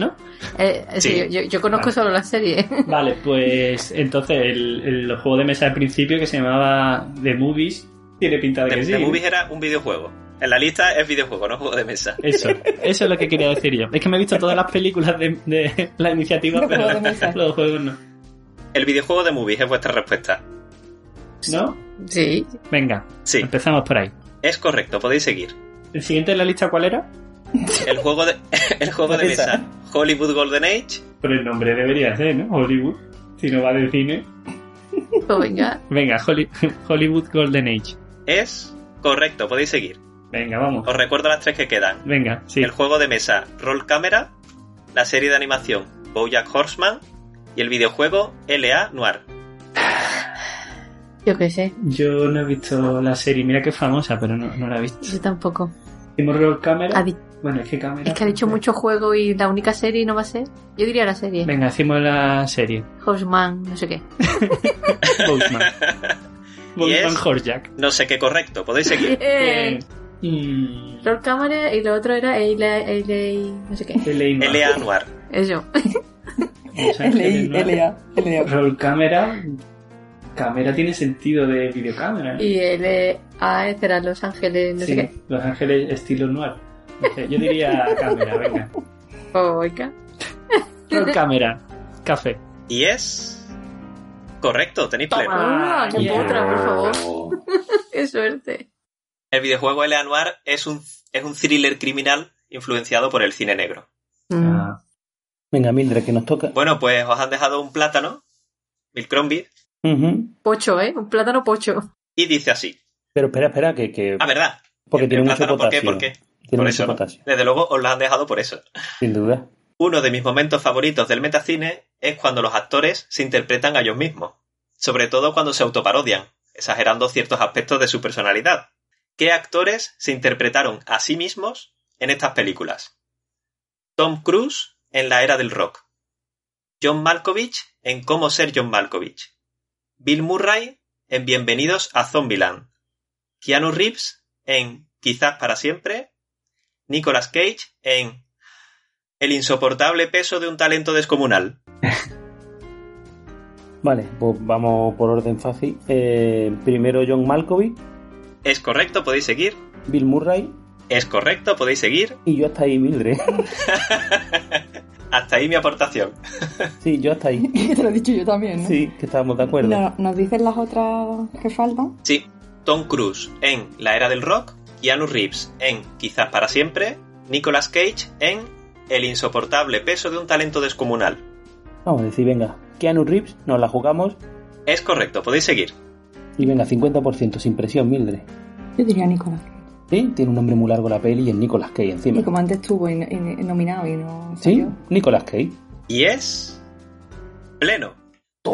Speaker 9: ¿no?
Speaker 7: Eh, eh, sí,
Speaker 9: Sí.
Speaker 7: yo, yo conozco solo la serie.
Speaker 9: Vale, pues entonces el, el juego de mesa al principio que se llamaba The Movies tiene pinta de
Speaker 6: The,
Speaker 9: que sí.
Speaker 6: The
Speaker 9: ¿no?
Speaker 6: Movies era un videojuego. En la lista es videojuego, no juego de mesa.
Speaker 9: Eso, eso es lo que quería decir yo. Es que me he visto todas las películas de, de la iniciativa,
Speaker 6: Los
Speaker 9: pero
Speaker 6: juegos de mesa.
Speaker 9: los juegos no.
Speaker 6: El videojuego de movies es vuestra respuesta.
Speaker 9: ¿No?
Speaker 7: Sí.
Speaker 9: Venga,
Speaker 6: Sí.
Speaker 9: empezamos por ahí.
Speaker 6: Es correcto, podéis seguir.
Speaker 9: ¿El siguiente en la lista cuál era?
Speaker 6: El juego de, el juego de
Speaker 9: Esa.
Speaker 6: mesa Hollywood Golden Age.
Speaker 9: Por el nombre debería ser, ¿no? Hollywood. Si no va de cine.
Speaker 7: Pues venga.
Speaker 9: Venga, Holly- Hollywood Golden Age.
Speaker 6: Es correcto, podéis seguir.
Speaker 9: Venga, vamos.
Speaker 6: Os recuerdo las tres que quedan.
Speaker 9: Venga, sí.
Speaker 6: El juego de mesa Roll Camera, la serie de animación Bojack Horseman y el videojuego LA Noir.
Speaker 7: Yo qué sé,
Speaker 9: Yo no he visto la serie, mira que es famosa, pero no, no la he visto.
Speaker 7: yo tampoco.
Speaker 9: Hicimos roll cámara.
Speaker 7: Ha di-
Speaker 9: Bueno, es que cámara.
Speaker 7: Es que ha dicho mucho juego y la única serie no va a ser. Yo diría la serie.
Speaker 9: Venga, hacemos la serie.
Speaker 7: Horseman, no sé qué.
Speaker 9: Boatman. Boatman
Speaker 6: es-
Speaker 9: Horjack.
Speaker 6: No sé qué correcto, podéis seguir.
Speaker 7: Eh,
Speaker 9: Mm,
Speaker 7: Roll Camera y lo otro era Eila, Eila, no sé qué.
Speaker 9: Ah,
Speaker 6: LA Noir.
Speaker 7: Eso.
Speaker 9: Los Ángeles, ¿no? Roll cámara. Cámara tiene sentido de videocámara. ¿no?
Speaker 7: Y el A será Los Ángeles, no
Speaker 9: Sí,
Speaker 7: sé qué.
Speaker 9: Los Ángeles estilo noir. No sé, Yo diría cámara, venga.
Speaker 7: Oiga.
Speaker 9: Roll cámara. Café.
Speaker 6: Y es correcto, tenéis pleno.
Speaker 7: Ah, qué
Speaker 6: Yeah.
Speaker 7: potra, por favor. qué suerte.
Speaker 6: El videojuego L.A. Noir es un, es un thriller criminal influenciado por el cine negro.
Speaker 7: Ah. Mm.
Speaker 4: Venga, Mildred, que nos toca.
Speaker 6: Bueno, pues os han dejado un plátano, Milcrombie,
Speaker 4: Ujú.
Speaker 7: Pocho, ¿eh? Un plátano pocho.
Speaker 6: y dice así.
Speaker 4: Pero espera, espera, que. que...
Speaker 6: Ah, ¿verdad?
Speaker 4: Porque tiene
Speaker 6: El
Speaker 4: mucho
Speaker 6: plátano, ¿por qué?
Speaker 4: potasio.
Speaker 6: ¿Por qué?
Speaker 4: Tiene
Speaker 6: Por
Speaker 4: mucho
Speaker 6: eso, ¿no?
Speaker 4: potasio,
Speaker 6: Desde luego os lo han dejado por eso.
Speaker 4: sin duda.
Speaker 6: Uno de mis momentos favoritos del metacine es cuando los actores se interpretan a ellos mismos, sobre todo cuando se autoparodian, exagerando ciertos aspectos de su personalidad. ¿Qué actores se interpretaron a sí mismos en estas películas? Tom Cruise en La Era del Rock, John Malkovich en Cómo ser John Malkovich, Bill Murray en Bienvenidos a Zombieland, Keanu Reeves en Quizás para siempre, Nicolas Cage en el insoportable peso de un talento descomunal.
Speaker 4: Vale, pues vamos por orden fácil. Eh, primero John Malkovich,
Speaker 6: ¿Es correcto? ¿Podéis seguir?
Speaker 4: Bill Murray
Speaker 6: ¿Es correcto? ¿Podéis seguir?
Speaker 4: y yo hasta ahí, Mildred.
Speaker 6: Hasta ahí mi aportación.
Speaker 4: sí, yo hasta ahí.
Speaker 8: Te lo he dicho yo también, ¿no?
Speaker 4: Sí, que estábamos de acuerdo.
Speaker 8: No, ¿Nos dicen las otras que faltan?
Speaker 6: Sí, Tom Cruise en La Era del Rock, Keanu Reeves en Quizás para siempre, Nicolas Cage en El insoportable peso de un talento descomunal.
Speaker 4: Vamos a decir, venga, Keanu Reeves, nos la jugamos
Speaker 6: ¿Es correcto? ¿Podéis seguir?
Speaker 4: y venga, 50% sin presión, Mildred.
Speaker 8: Yo diría Nicolás.
Speaker 4: Sí, tiene un nombre muy largo la peli y es Nicolas Cage encima.
Speaker 8: Y como antes estuvo en- en- nominado y no
Speaker 4: Sí,
Speaker 8: salió.
Speaker 4: Nicolas Cage.
Speaker 6: Y es... Pleno.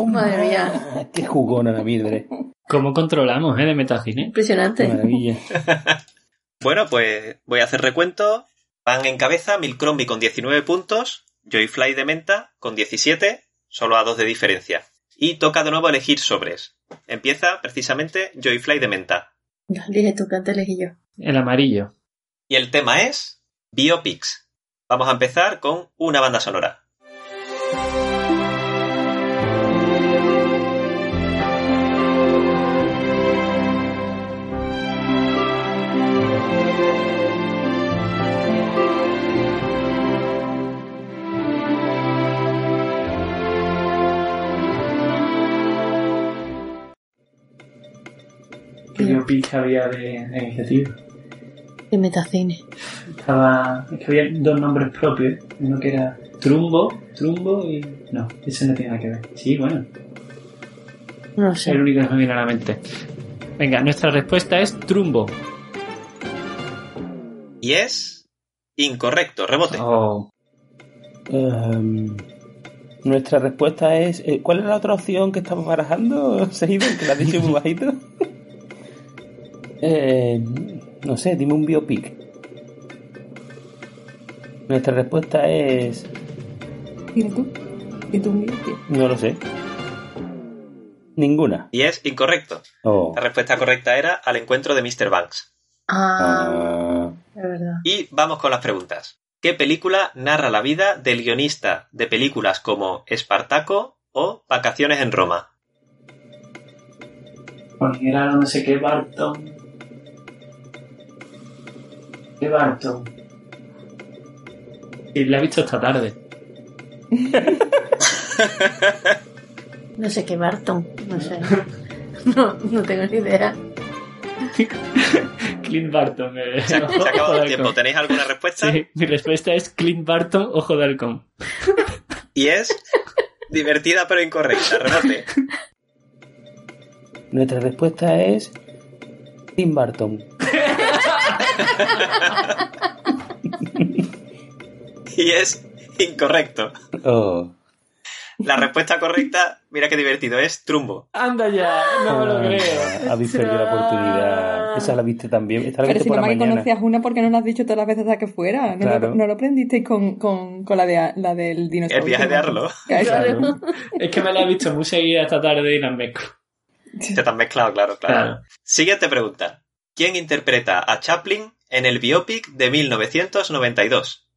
Speaker 7: Madre mía.
Speaker 4: Qué jugona la Mildred.
Speaker 9: ¿Cómo controlamos, eh, de metacine?
Speaker 4: Qué
Speaker 7: Impresionante.
Speaker 4: maravilla.
Speaker 6: Bueno, pues voy a hacer recuento. Van en cabeza Milcrombie con 19 puntos, Joyfly de Menta con 17, solo a dos de diferencia. Y toca de nuevo elegir sobres. Empieza precisamente Joyfly de Menta.
Speaker 7: No, dije tú, que antes elegí yo.
Speaker 9: El amarillo.
Speaker 6: Y el tema es Biopics. Vamos a empezar con una banda sonora.
Speaker 9: Que yo pinche había de de iniciativa.
Speaker 7: Y Metacine.
Speaker 9: Estaba. Es que había dos nombres propios. Uno que era Trumbo, Trumbo y. No, eso no tiene nada que ver. Sí, bueno.
Speaker 7: No
Speaker 9: Es el único que me viene a la mente. Venga, nuestra respuesta es Trumbo.
Speaker 6: Y es incorrecto, rebote.
Speaker 9: Oh.
Speaker 4: Em, Nuestra respuesta es, eh, ¿cuál es la otra opción que estamos barajando, Seiden, que la has dicho muy bajito? Eh, no sé, dime un biopic. Nuestra respuesta es...
Speaker 8: Dime tú. ¿Y tú un biopic?
Speaker 4: No lo sé. Ninguna.
Speaker 6: Y es incorrecto.
Speaker 4: Oh.
Speaker 6: La respuesta correcta era al encuentro de Mr. Banks.
Speaker 8: Ah, es verdad.
Speaker 6: Y vamos con las preguntas. ¿Qué película narra la vida del guionista de películas como Espartaco o Vacaciones en Roma?
Speaker 9: Porque era no sé qué Barton. ¿Qué Barton? Y la he visto esta tarde.
Speaker 7: No sé qué Barton, no sé. No, no tengo ni idea.
Speaker 9: Clint Barton. eh,
Speaker 6: Se ha,
Speaker 9: ojo
Speaker 6: se ha acabado
Speaker 9: de
Speaker 6: el tiempo.
Speaker 9: halcón.
Speaker 6: ¿Tenéis alguna respuesta?
Speaker 9: Sí, mi respuesta es Clint Barton, ojo de halcón.
Speaker 6: Y es divertida pero incorrecta. Remate.
Speaker 4: Nuestra respuesta es Tim Burton.
Speaker 6: Y es incorrecto.
Speaker 4: Oh.
Speaker 6: La respuesta correcta, mira qué divertido, es Trumbo.
Speaker 9: Anda ya, no me lo
Speaker 4: Ah,
Speaker 9: creo. Ah.
Speaker 4: Habéis perdido la oportunidad. Esa la viste también. Esta la
Speaker 8: Pero
Speaker 4: viste
Speaker 8: si
Speaker 4: por
Speaker 8: no
Speaker 4: la
Speaker 8: me
Speaker 4: mañana.
Speaker 8: conocías una, porque no la has dicho todas las veces hasta que fuera? ¿No,
Speaker 4: Claro.
Speaker 8: lo, no lo aprendisteis con, con, con la, de, la del dinosaurio?
Speaker 6: El viaje de Arlo.
Speaker 8: Claro.
Speaker 9: Es que me la he visto muy seguida esta tarde y la mezco.
Speaker 6: Se te han mezclado, claro, claro.
Speaker 9: Claro.
Speaker 6: Siguiente pregunta. ¿Quién interpreta a Chaplin en el biopic de 1992?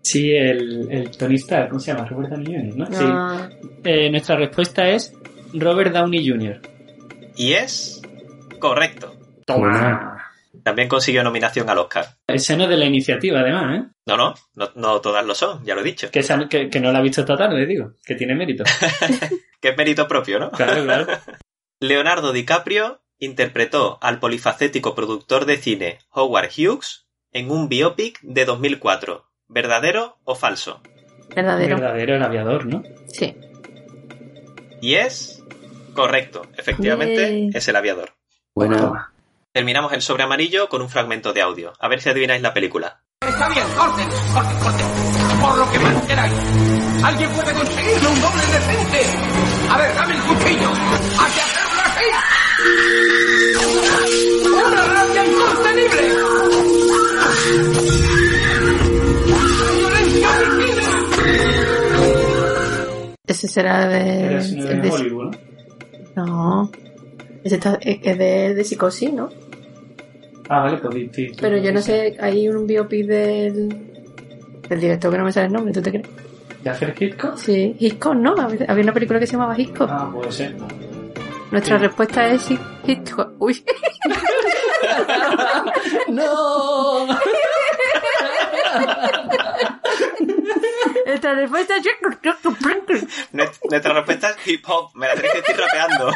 Speaker 9: Sí, el, el Tony Stark, ¿cómo se llama? Robert Downey Jr., ¿no? Sí.
Speaker 7: Ah,
Speaker 9: Eh, nuestra respuesta es Robert Downey Jr.
Speaker 6: Y es correcto.
Speaker 7: Ah.
Speaker 6: También consiguió nominación al Oscar.
Speaker 9: Ese no es de la iniciativa, además, ¿eh?
Speaker 6: No, no, no, no todas lo son, ya lo he dicho.
Speaker 9: Que, esa- que, que no la ha visto esta tarde, digo. Que tiene mérito.
Speaker 6: Que es mérito propio, ¿no?
Speaker 9: Claro, claro.
Speaker 6: Leonardo DiCaprio interpretó al polifacético productor de cine Howard Hughes en un biopic de 2004. ¿Verdadero o falso?
Speaker 7: verdadero.
Speaker 9: Verdadero el aviador, ¿no?
Speaker 7: Sí.
Speaker 6: Y es correcto. Efectivamente, Eh,
Speaker 7: Yay.
Speaker 6: es el aviador.
Speaker 4: Bueno,
Speaker 6: Terminamos el sobre amarillo con un fragmento de audio. A ver si adivináis la película.
Speaker 11: Está bien, corten, corten, corten. Por lo que más queráis. Alguien puede conseguirlo, un doble decente. A ver, dame el cuchillo. Hay que hacerlo así. ¡Una rabia incontenible! ¡Violencia homicida!
Speaker 7: Ese será de.
Speaker 9: Era ese
Speaker 7: el
Speaker 9: de
Speaker 7: de-
Speaker 9: Hollywood, ¿no?
Speaker 7: no. Ese está, es es de, de psicosis, ¿no?
Speaker 9: Ah, vale, pues di- di-
Speaker 7: Pero yo no sé, hay un biopic del, del director que no me sale el nombre, ¿tú te crees?
Speaker 9: ¿De hacer Hitchcock?
Speaker 7: Sí, Hitchcock, ¿no? Había había una película que se llamaba Hitchcock.
Speaker 9: Ah, puede ser.
Speaker 7: Nuestra
Speaker 9: sí.
Speaker 7: respuesta es Hit- Hitchcock. Uy.
Speaker 8: ¡No!
Speaker 7: Nuestra respuesta es Hitchcock.
Speaker 6: Nuest- Nuestra respuesta es hip hop. Me la tenéis que decir rapeando.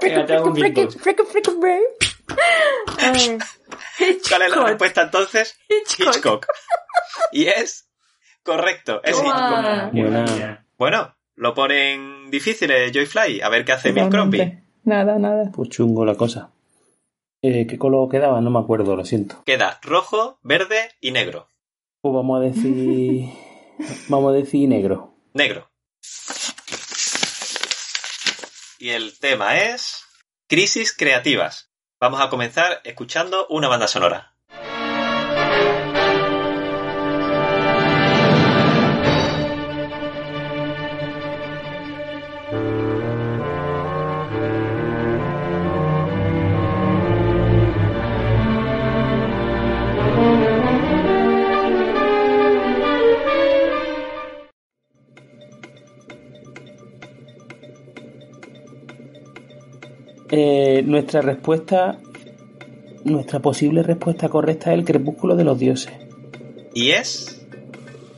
Speaker 9: Venga, te hago un beatbox.
Speaker 6: ¿Cuál
Speaker 7: Ay,
Speaker 6: es la
Speaker 7: Hitchcock.
Speaker 6: respuesta entonces?
Speaker 7: Hitchcock.
Speaker 6: Hitchcock. Y es correcto. Es Hitchcock.
Speaker 7: Toma.
Speaker 4: buena.
Speaker 6: Bueno, lo ponen difícil eh, Joyfly. A ver qué hace Bill Crombie.
Speaker 8: Nada, nada.
Speaker 4: Pues chungo la cosa. Eh, ¿Qué color quedaba? No me acuerdo, lo siento.
Speaker 6: Queda rojo, verde y negro.
Speaker 4: Pues vamos a decir. vamos a decir negro.
Speaker 6: Negro. Y el tema es crisis creativas. Vamos a comenzar escuchando una banda sonora.
Speaker 4: Eh, nuestra respuesta. Nuestra posible respuesta correcta es el crepúsculo de los dioses.
Speaker 6: Y es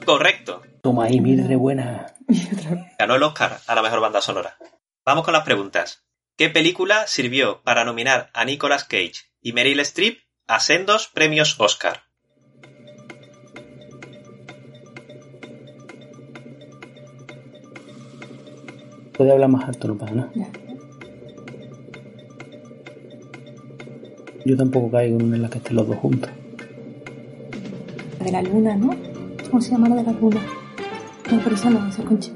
Speaker 6: correcto.
Speaker 4: Toma ahí, Mildred, buena.
Speaker 6: Ganó el Oscar a la mejor banda sonora. Vamos con las preguntas. ¿Qué película sirvió para nominar a Nicolas Cage y Meryl Streep a sendos premios Oscar?
Speaker 4: Puede hablar más alto, no pasa nada. Yo tampoco caigo en una en la que estén los dos juntos.
Speaker 8: La de la luna, ¿no? ¿Cómo se llama la de la luna? No, pero esa no, esa concha.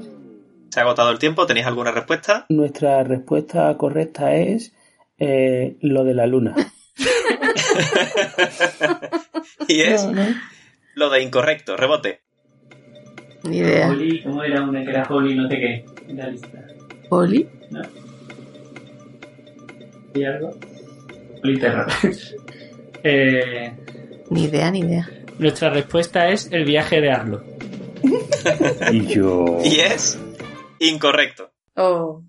Speaker 3: ¿Se ha agotado el tiempo? ¿Tenéis alguna respuesta?
Speaker 6: Nuestra respuesta correcta es eh, lo de la luna.
Speaker 3: y es lo de incorrecto, rebote.
Speaker 8: Ni idea.
Speaker 9: Poli, ¿Cómo era una que era Poli no sé qué? En la lista.
Speaker 8: ¿Poli?
Speaker 9: No. ¿Y algo? Politerra. eh,
Speaker 8: Ni idea, ni idea.
Speaker 9: nuestra respuesta es el viaje de Arlo.
Speaker 6: Y yo.
Speaker 3: Y es incorrecto.
Speaker 8: Oh.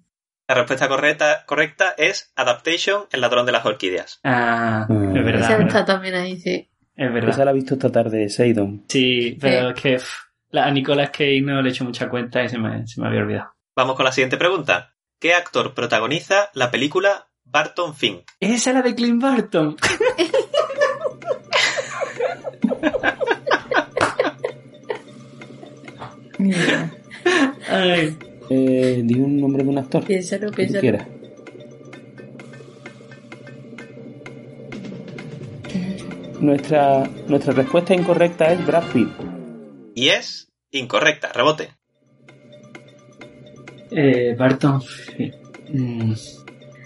Speaker 3: La respuesta correcta, correcta es Adaptation, el ladrón de las orquídeas.
Speaker 9: Ah,
Speaker 6: Mm.
Speaker 9: es verdad.
Speaker 8: Esa
Speaker 9: verdad.
Speaker 8: está también ahí, sí.
Speaker 9: Es verdad.
Speaker 6: Esa la he visto esta tarde, Seidon.
Speaker 9: Sí, pero es que pff, la, a Nicolas Cage no le he hecho mucha cuenta y se me, se me había olvidado.
Speaker 3: Vamos con la siguiente pregunta. ¿Qué actor protagoniza la película Barton Fink?
Speaker 9: Esa es la de Clint Barton.
Speaker 8: Ni idea.
Speaker 9: Ay,
Speaker 6: Eh, di un nombre de un actor. que
Speaker 8: Piénsalo,
Speaker 6: tú
Speaker 8: piénsalo.
Speaker 6: quieras. Nuestra, nuestra respuesta incorrecta es Brad Pitt.
Speaker 3: Y es incorrecta, rebote.
Speaker 9: Eh, Barton. Mm.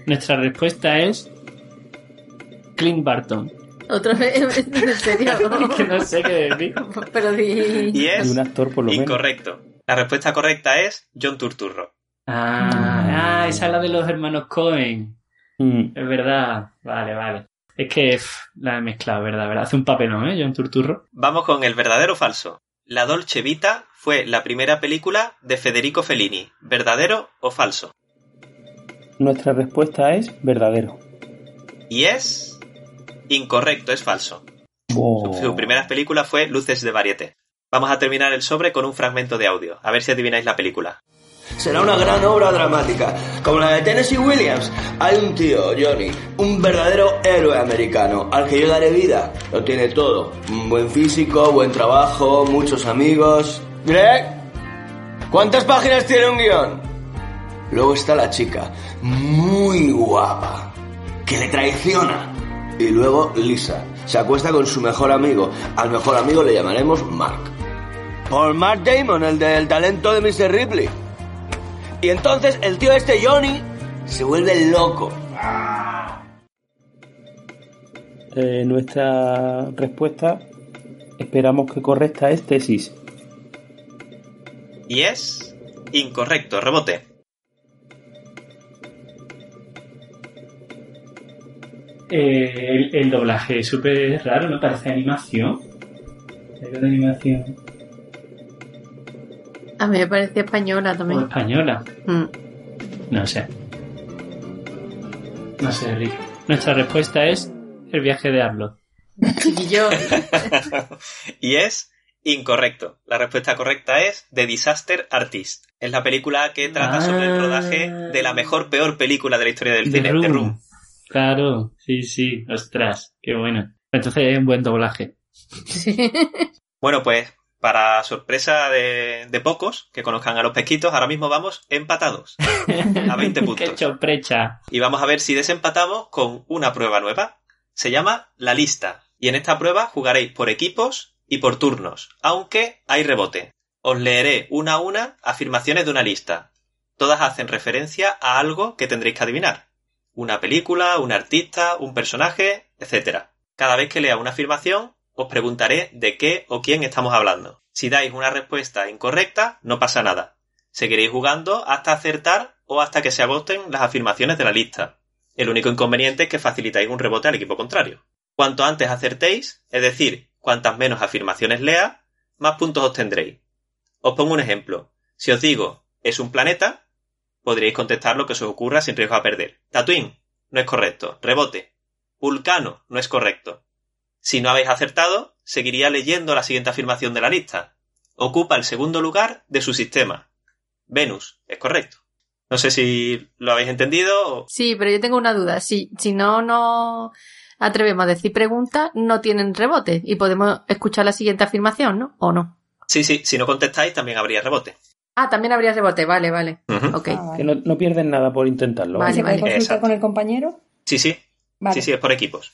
Speaker 9: Nuestra respuesta es Clint Barton.
Speaker 8: Otra vez, en serio.
Speaker 9: que no sé qué decir.
Speaker 8: pero di...
Speaker 3: Y
Speaker 6: De
Speaker 3: es
Speaker 6: un actor, por lo menos.
Speaker 3: incorrecto. La respuesta correcta es John Turturro.
Speaker 9: Ah, ah, esa es la de los hermanos Cohen.
Speaker 6: Mm,
Speaker 9: Es verdad. Vale, vale. Es que pff, la he mezclado, ¿verdad? ¿verdad? Hace un papelón, ¿eh? John Turturro.
Speaker 3: Vamos con el verdadero o falso. La Dolce Vita fue la primera película de Federico Fellini. ¿Verdadero o falso?
Speaker 6: Nuestra respuesta es verdadero.
Speaker 3: Y es incorrecto, es falso.
Speaker 6: Oh.
Speaker 3: Su primera película fue Luces de Variete. Vamos a terminar el sobre con un fragmento de audio, a ver si adivináis la película.
Speaker 4: Será una gran obra dramática, como la de Tennessee Williams. Hay un tío, Johnny, un verdadero héroe americano, al que yo daré vida. Lo tiene todo. Un buen físico, buen trabajo, muchos amigos. Greg, ¿cuántas páginas tiene un guión? Luego está la chica, muy guapa, que le traiciona. Y luego Lisa, se acuesta con su mejor amigo. Al mejor amigo le llamaremos Mark. Por Mark Damon, el del talento de Mr. Ripley. Y entonces el tío este Johnny se vuelve loco.
Speaker 6: Eh, nuestra respuesta, esperamos que correcta, es tesis.
Speaker 3: Y es incorrecto, rebote.
Speaker 9: Eh, el, el doblaje es súper raro, ¿no? Parece animación. Algo de animación.
Speaker 8: A mí me parecía española
Speaker 9: O
Speaker 8: también.
Speaker 9: española.
Speaker 8: Mm.
Speaker 9: No sé. No sé, Rick. Nuestra respuesta es el viaje de Arlo.
Speaker 8: Y yo,
Speaker 3: y es incorrecto. La respuesta correcta es The Disaster Artist. Es la película que trata sobre el
Speaker 9: Ah.
Speaker 3: rodaje de la mejor peor película de la historia del
Speaker 9: The
Speaker 3: cine, The
Speaker 9: Room.
Speaker 3: Room.
Speaker 9: Claro, sí, sí. Ostras, qué bueno. Entonces es un buen doblaje.
Speaker 3: Bueno, pues para sorpresa de, de pocos que conozcan a los pesquitos, ahora mismo vamos empatados a 20
Speaker 9: qué
Speaker 3: puntos.
Speaker 9: choprecha.
Speaker 3: Y vamos a ver si desempatamos con una prueba nueva. Se llama La Lista. Y en esta prueba jugaréis por equipos y por turnos, aunque hay rebote. Os leeré una a una afirmaciones de una lista. Todas hacen referencia a algo que tendréis que adivinar. Una película, un artista, un personaje, etc. Cada vez que lea una afirmación, os preguntaré de qué o quién estamos hablando. Si dais una respuesta incorrecta, no pasa nada. Seguiréis jugando hasta acertar o hasta que se agoten las afirmaciones de la lista. El único inconveniente es que facilitáis un rebote al equipo contrario. Cuanto antes acertéis, es decir, cuantas menos afirmaciones lea, más puntos obtendréis. Os pongo un ejemplo. Si os digo, es un planeta, podríais contestar lo que se os ocurra sin riesgo a perder. Tatooine, no es correcto. Rebote. Vulcano, no es correcto. Si no habéis acertado, seguiría leyendo la siguiente afirmación de la lista. Ocupa el segundo lugar de su sistema. Venus, es correcto. No sé si lo habéis entendido. o-
Speaker 8: sí, pero yo tengo una duda. Si, si no nos atrevemos a decir preguntas, no tienen rebote y podemos escuchar la siguiente afirmación, ¿no? ¿O no?
Speaker 3: Sí, sí, si no contestáis también habría rebote.
Speaker 8: Ah, también habría rebote. Vale, vale.
Speaker 3: Ujú.
Speaker 8: Ok.
Speaker 6: Que no, no pierden nada por intentarlo.
Speaker 8: Vale,
Speaker 6: ¿vale?
Speaker 8: vale.
Speaker 3: Exacto.
Speaker 8: el compañero?
Speaker 3: Sí, sí.
Speaker 8: Vale.
Speaker 3: Sí, sí, es por equipos.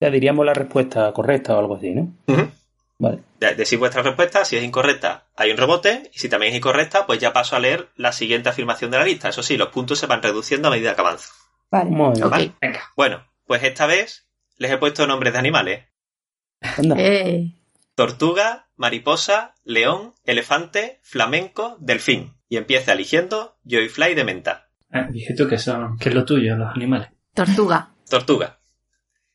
Speaker 6: Ya diríamos la respuesta correcta o algo así, ¿no?
Speaker 3: Ujú.
Speaker 4: Vale.
Speaker 3: De- Decís vuestra respuesta, si es incorrecta hay un rebote, y si también es incorrecta, pues ya paso a leer la siguiente afirmación de la lista. Eso sí, los puntos se van reduciendo a medida que avanzo.
Speaker 4: Vale.
Speaker 3: ¿Vale? Bueno, pues esta vez les he puesto nombres de animales.
Speaker 7: Eh.
Speaker 3: Tortuga, mariposa, león, elefante, flamenco, delfín. Y empieza eligiendo Joyfly de menta.
Speaker 9: Ah, dije tú que son, que es lo tuyo, los animales.
Speaker 7: Tortuga.
Speaker 3: Tortuga.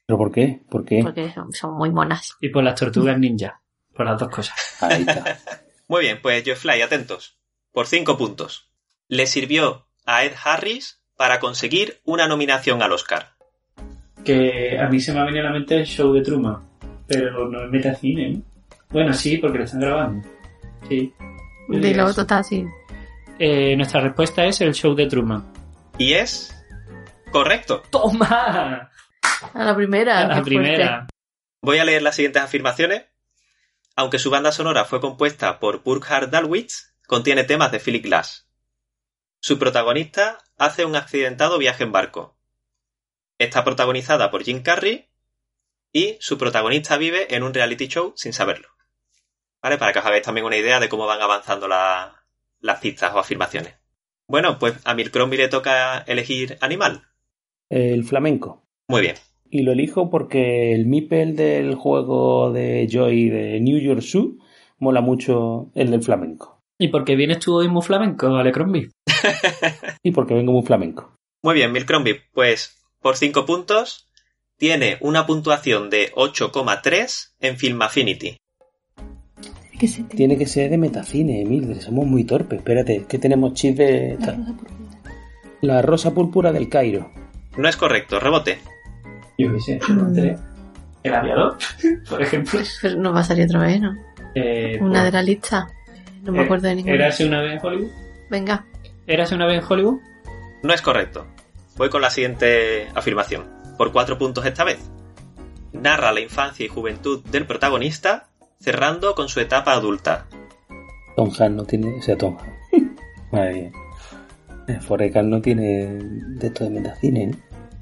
Speaker 4: ¿Pero por qué? ¿Por qué?
Speaker 7: Porque son, son muy monas.
Speaker 9: Y por las tortugas ninja. Por las dos cosas.
Speaker 4: Ahí
Speaker 3: Muy bien, pues Joyfly, atentos. Por cinco puntos. Le sirvió a Ed Harris para conseguir una nominación al Oscar.
Speaker 9: Que a mí se me ha venido a la mente el show de Truman. Pero no es metacine, ¿no? Bueno, sí, porque lo están grabando. Sí. Yo
Speaker 7: De
Speaker 9: diría
Speaker 7: lo otro
Speaker 9: eso.
Speaker 7: está así.
Speaker 9: Eh, nuestra respuesta es el show de Truman.
Speaker 3: Y es correcto.
Speaker 9: ¡Toma!
Speaker 7: A la primera.
Speaker 9: La
Speaker 7: Ah, qué
Speaker 9: primera.
Speaker 7: fuerte.
Speaker 3: Voy a leer las siguientes afirmaciones. Aunque su banda sonora fue compuesta por Burkhard Dalwitz, contiene temas de Philip Glass. Su protagonista hace un accidentado viaje en barco. Está protagonizada por Jim Carrey y su protagonista vive en un reality show sin saberlo. ¿Vale? Para que os hagáis también una idea de cómo van avanzando la- las pistas o afirmaciones. Bueno, pues a Milcrombie le toca elegir animal.
Speaker 4: El flamenco.
Speaker 3: Muy bien.
Speaker 4: Y lo elijo porque el Mipel del juego de Joy de New York Zoo mola mucho el del flamenco.
Speaker 9: ¿Y por qué vienes tú hoy muy flamenco, Alecrombie?
Speaker 4: Y porque vengo muy flamenco.
Speaker 3: Muy bien, Milcrombie, pues por 5 puntos tiene una puntuación de 8,3 en Film Affinity.
Speaker 4: Tiene que ser de metacine, Mildred. Somos muy torpes. Espérate, que tenemos chip de. esta- La rosa púrpura del Cairo.
Speaker 3: No es correcto, rebote.
Speaker 9: Yo qué sé, no entré. ¿El aviador? Por ejemplo.
Speaker 7: Pero Pues no va a salir otra vez, ¿no?
Speaker 9: Eh,
Speaker 7: Una
Speaker 9: pues,
Speaker 7: de la lista. No me
Speaker 9: eh,
Speaker 7: acuerdo de ninguna.
Speaker 9: ¿Érase una vez en Hollywood?
Speaker 7: Venga.
Speaker 9: ¿Érase una vez en Hollywood?
Speaker 3: No es correcto. Voy con la siguiente afirmación, por 4 puntos esta vez. Narra la infancia y juventud del protagonista, cerrando con su etapa adulta.
Speaker 4: Tom Hanks no tiene. O sea, Tom Hanks. Madre mía. Eh, Forrest Gump no tiene de esto de ¿eh? metacine,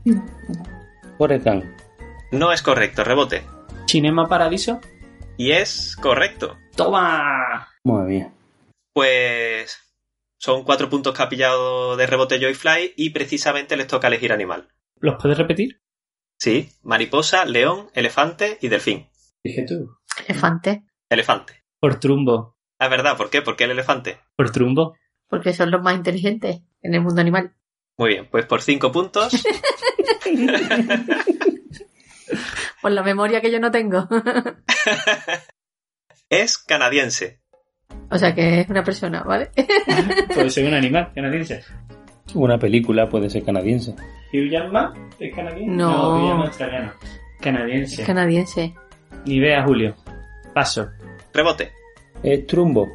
Speaker 4: ¿no? Forrest Gump.
Speaker 3: No es correcto, rebote.
Speaker 9: ¿Cinema Paradiso?
Speaker 3: Y es correcto.
Speaker 9: ¡Toma!
Speaker 4: Madre mía.
Speaker 3: Pues son 4 puntos que ha pillado de rebote Joyfly y precisamente les toca elegir animal.
Speaker 9: ¿Los puedes repetir?
Speaker 3: Sí, mariposa, león, elefante y delfín.
Speaker 9: Dije tú.
Speaker 7: Elefante.
Speaker 3: Elefante.
Speaker 9: Por trumbo.
Speaker 3: Es verdad, ¿por qué? ¿Por qué el elefante?
Speaker 9: Por trumbo.
Speaker 7: Porque son los más inteligentes en el mundo animal.
Speaker 3: Muy bien, pues por 5 puntos.
Speaker 7: Por la memoria que yo no tengo.
Speaker 3: es canadiense.
Speaker 7: o sea que es una persona, ¿vale?
Speaker 9: Puede ser Pues un animal canadiense.
Speaker 4: Una película puede ser canadiense.
Speaker 9: ¿Hugh Jackman es canadiense?
Speaker 7: No.
Speaker 9: Hugh Jackman es australiano. Canadiense.
Speaker 7: Es canadiense.
Speaker 9: Ni idea, Julio. Paso.
Speaker 3: Rebote.
Speaker 4: Es Trumbo.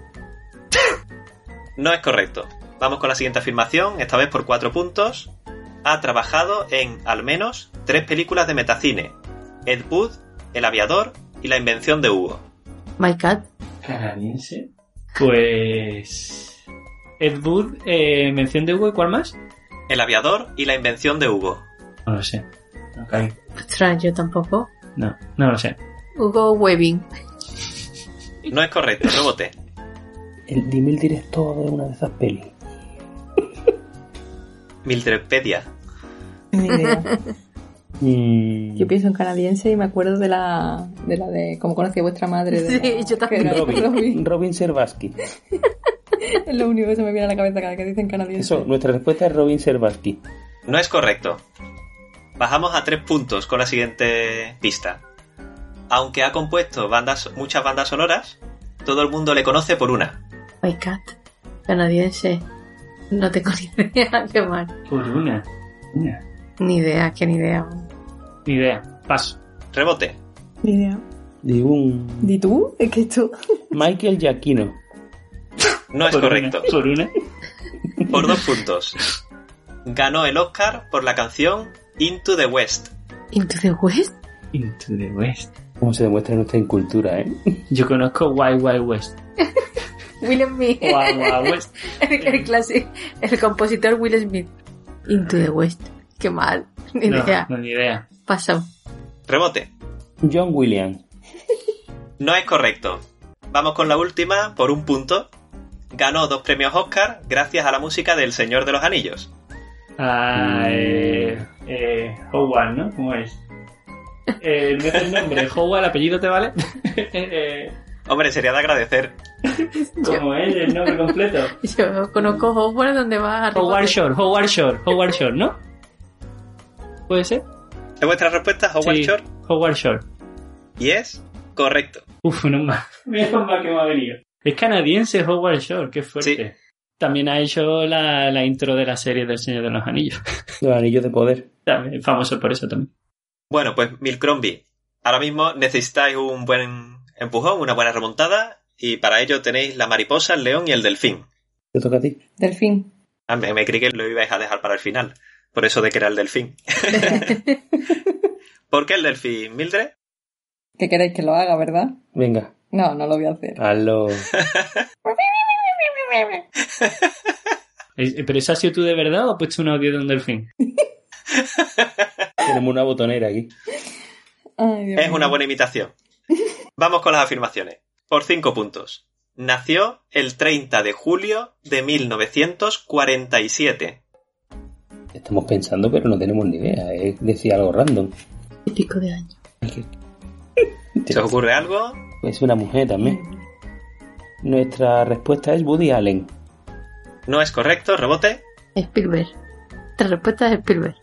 Speaker 3: No es correcto. Vamos con la siguiente afirmación, esta vez por 4 puntos. Ha trabajado en al menos 3 películas de metacine. Ed Wood, El aviador y La invención de Hugo.
Speaker 7: My cat.
Speaker 9: ¿Canadiense? Pues... Ed Wood, eh, mención de Hugo y cuál más?
Speaker 3: El aviador y La invención de Hugo.
Speaker 9: No lo sé. Ok.
Speaker 7: Ostras, yo tampoco.
Speaker 9: No, no lo sé.
Speaker 7: Hugo Webbing.
Speaker 3: No es correcto, rebote.
Speaker 4: El, dime el director de una de esas pelis.
Speaker 3: Mildredpedia.
Speaker 8: Ni idea.
Speaker 4: Mm,
Speaker 8: Yo pienso en canadiense y me acuerdo de la de, la de cómo conocí a vuestra madre. De
Speaker 7: Sí, yo también.
Speaker 4: Robin, Robin Servasky.
Speaker 8: Es lo único que se me viene a la cabeza cada vez que dicen canadiense.
Speaker 4: Eso, nuestra respuesta es Robin Servasky.
Speaker 3: No es correcto. Bajamos a tres puntos con la siguiente pista. Aunque ha compuesto bandas, muchas bandas sonoras, todo el mundo le conoce por una.
Speaker 7: My cat. Canadiense. No tengo ni idea, qué mal.
Speaker 9: Por Pues una. Una.
Speaker 7: Ni idea, que ni idea.
Speaker 9: Ni idea. Paso.
Speaker 3: Rebote.
Speaker 8: Ni idea.
Speaker 4: De un
Speaker 8: ¿Y tú? Es que esto...
Speaker 4: Michael Giacchino.
Speaker 3: No es
Speaker 4: Por
Speaker 3: correcto.
Speaker 9: Por una.
Speaker 3: Por dos puntos. Ganó el Oscar por la canción Into the West.
Speaker 7: Into the West.
Speaker 9: Into the West.
Speaker 4: Como se demuestra nuestra incultura, ¿eh?
Speaker 9: Yo conozco Wild Wild West.
Speaker 7: Will Smith.
Speaker 9: Wild Wild West.
Speaker 7: el, el clasi- el compositor Will Smith. Into the West. Qué mal. Ni
Speaker 9: No,
Speaker 7: idea.
Speaker 9: no, ni idea.
Speaker 7: Pasó.
Speaker 3: Rebote.
Speaker 4: John Williams.
Speaker 6: No es correcto. Vamos con la última, por un punto. Ganó dos premios Oscar gracias a la música del Señor de los Anillos.
Speaker 9: Ah, eh, eh, Howard, ¿no? ¿Cómo es? Eh, no es el nombre, Howard, apellido te vale. Eh, eh,
Speaker 6: Hombre, sería de agradecer.
Speaker 9: ¿Cómo es el nombre completo?
Speaker 8: Yo conozco Howard donde va a
Speaker 9: Howard Shore, Howard Shore, Howard Shore, ¿no? ¿Puede ser?
Speaker 6: ¿Es vuestra respuesta, Howard
Speaker 9: Sí,
Speaker 6: Shore?
Speaker 9: Howard Shore.
Speaker 6: Y es correcto.
Speaker 9: Uf, no más. Menos mal que me ha venido. Es canadiense Howard Shore, qué fuerte. También ha hecho la, la intro de la serie del Señor de los Anillos.
Speaker 4: Los anillos de poder.
Speaker 9: También, famoso por eso también.
Speaker 6: Bueno, pues Milcrombie, ahora mismo necesitáis un buen empujón, una buena remontada, y para ello tenéis la mariposa, el león y el delfín.
Speaker 4: Te toca a ti.
Speaker 13: Delfín.
Speaker 6: Ah, me, me creí que lo ibais a dejar para el final, por eso de que era el delfín. ¿Por qué el delfín, Mildred?
Speaker 13: Que queréis que lo haga, ¿verdad?
Speaker 4: Venga,
Speaker 13: No, no lo voy a hacer.
Speaker 4: hazlo.
Speaker 9: Eh, eh, ¿Pero eso ha sido tú de verdad o has puesto un audio de un delfín?
Speaker 4: Tenemos una botonera aquí.
Speaker 13: Ay, Dios
Speaker 6: Es
Speaker 13: mío.
Speaker 6: una buena imitación. Vamos con las afirmaciones. Por cinco puntos. Nació el 30 de julio de 1947.
Speaker 4: Estamos pensando, pero no tenemos ni idea. Es decir algo random.
Speaker 8: y pico de año.
Speaker 6: ¿Se os ocurre algo?
Speaker 4: Es una mujer también. Nuestra respuesta es Woody Allen.
Speaker 6: No es correcto, rebote.
Speaker 8: Spielberg. Esta respuesta es Spielberg.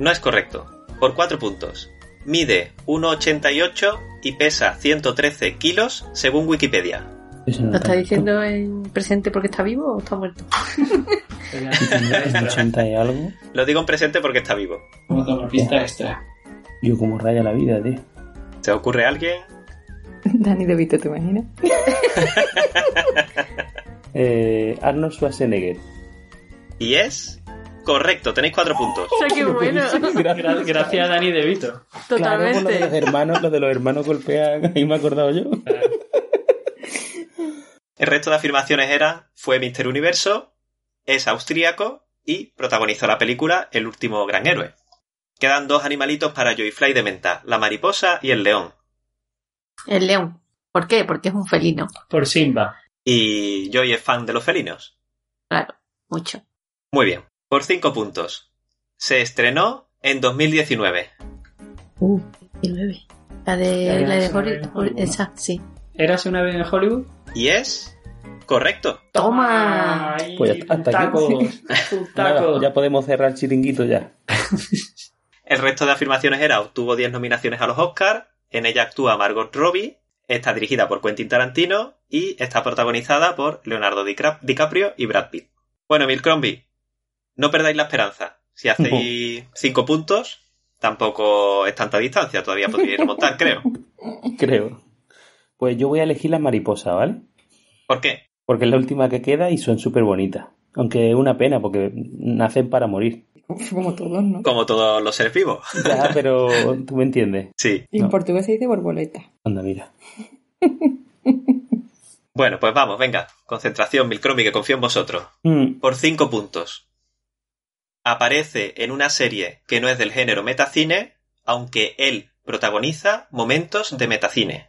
Speaker 6: No es correcto. Por cuatro puntos. Mide 1,88 y pesa 113 kilos según Wikipedia.
Speaker 8: ¿Lo está diciendo en presente porque está vivo o está muerto?
Speaker 4: Es 80 y algo.
Speaker 6: Lo digo en presente porque está vivo.
Speaker 9: Vamos a tomar pista extra.
Speaker 4: Yo como raya la vida, tío.
Speaker 6: ¿Se os ocurre alguien?
Speaker 13: Dani de Vito, ¿te imaginas?
Speaker 4: Eh, Arnold Schwarzenegger.
Speaker 6: Y es correcto. Tenéis cuatro puntos.
Speaker 8: O sea, qué bueno.
Speaker 9: Gra- Gracias a Dani De Vito.
Speaker 4: Claro, por lo de los
Speaker 8: Totalmente.
Speaker 4: hermanos, lo de los hermanos golpean, ahí me he acordado yo.
Speaker 6: El resto de afirmaciones eran, fue Mister Universo, es austríaco y protagonizó la película El último gran héroe. Quedan dos animalitos para Joyfly de menta, la mariposa y el león.
Speaker 8: El león. ¿Por qué? Porque es un felino.
Speaker 9: Por Simba.
Speaker 6: Y Joy es fan de los felinos.
Speaker 8: Claro, mucho.
Speaker 6: Muy bien, por cinco puntos. Se estrenó en 2019.
Speaker 8: Uh, 19. La
Speaker 9: La
Speaker 8: de,
Speaker 9: de
Speaker 8: Eh, la de
Speaker 9: Esa
Speaker 8: Holly-
Speaker 9: vez,
Speaker 8: Holly-
Speaker 9: ¿no?
Speaker 8: Esa, sí.
Speaker 9: ¿Eras una vez en Hollywood?
Speaker 6: Y es correcto.
Speaker 8: ¡Toma!
Speaker 9: Ay,
Speaker 4: Pues hasta aquí.
Speaker 9: tacos.
Speaker 4: Nada,
Speaker 9: tacos.
Speaker 4: ya podemos cerrar el chiringuito ya.
Speaker 6: El resto de afirmaciones era, obtuvo 10 nominaciones a los Oscars, en ella actúa Margot Robbie, está dirigida por Quentin Tarantino y está protagonizada por Leonardo Dicra- DiCaprio y Brad Pitt. Bueno, Milcrombie, no perdáis la esperanza. Si hacéis 5 puntos, tampoco es tanta distancia, todavía podríais remontar, creo.
Speaker 4: Creo. Pues yo voy a elegir las mariposas, ¿vale?
Speaker 6: ¿Por qué?
Speaker 4: Porque es la última que queda y son súper bonitas. Aunque es una pena porque nacen para morir.
Speaker 13: Como todos, ¿no?
Speaker 6: Como todos los seres vivos.
Speaker 4: Ya, pero tú me entiendes.
Speaker 6: Sí.
Speaker 13: Y en
Speaker 4: No.
Speaker 13: portugués se dice borboleta.
Speaker 4: Anda, mira.
Speaker 6: Bueno, pues vamos, venga. Concentración, Milcrombie, que confío en vosotros.
Speaker 4: Mm,
Speaker 6: por 5 puntos. Aparece en una serie que no es del género metacine, aunque él protagoniza momentos de metacine.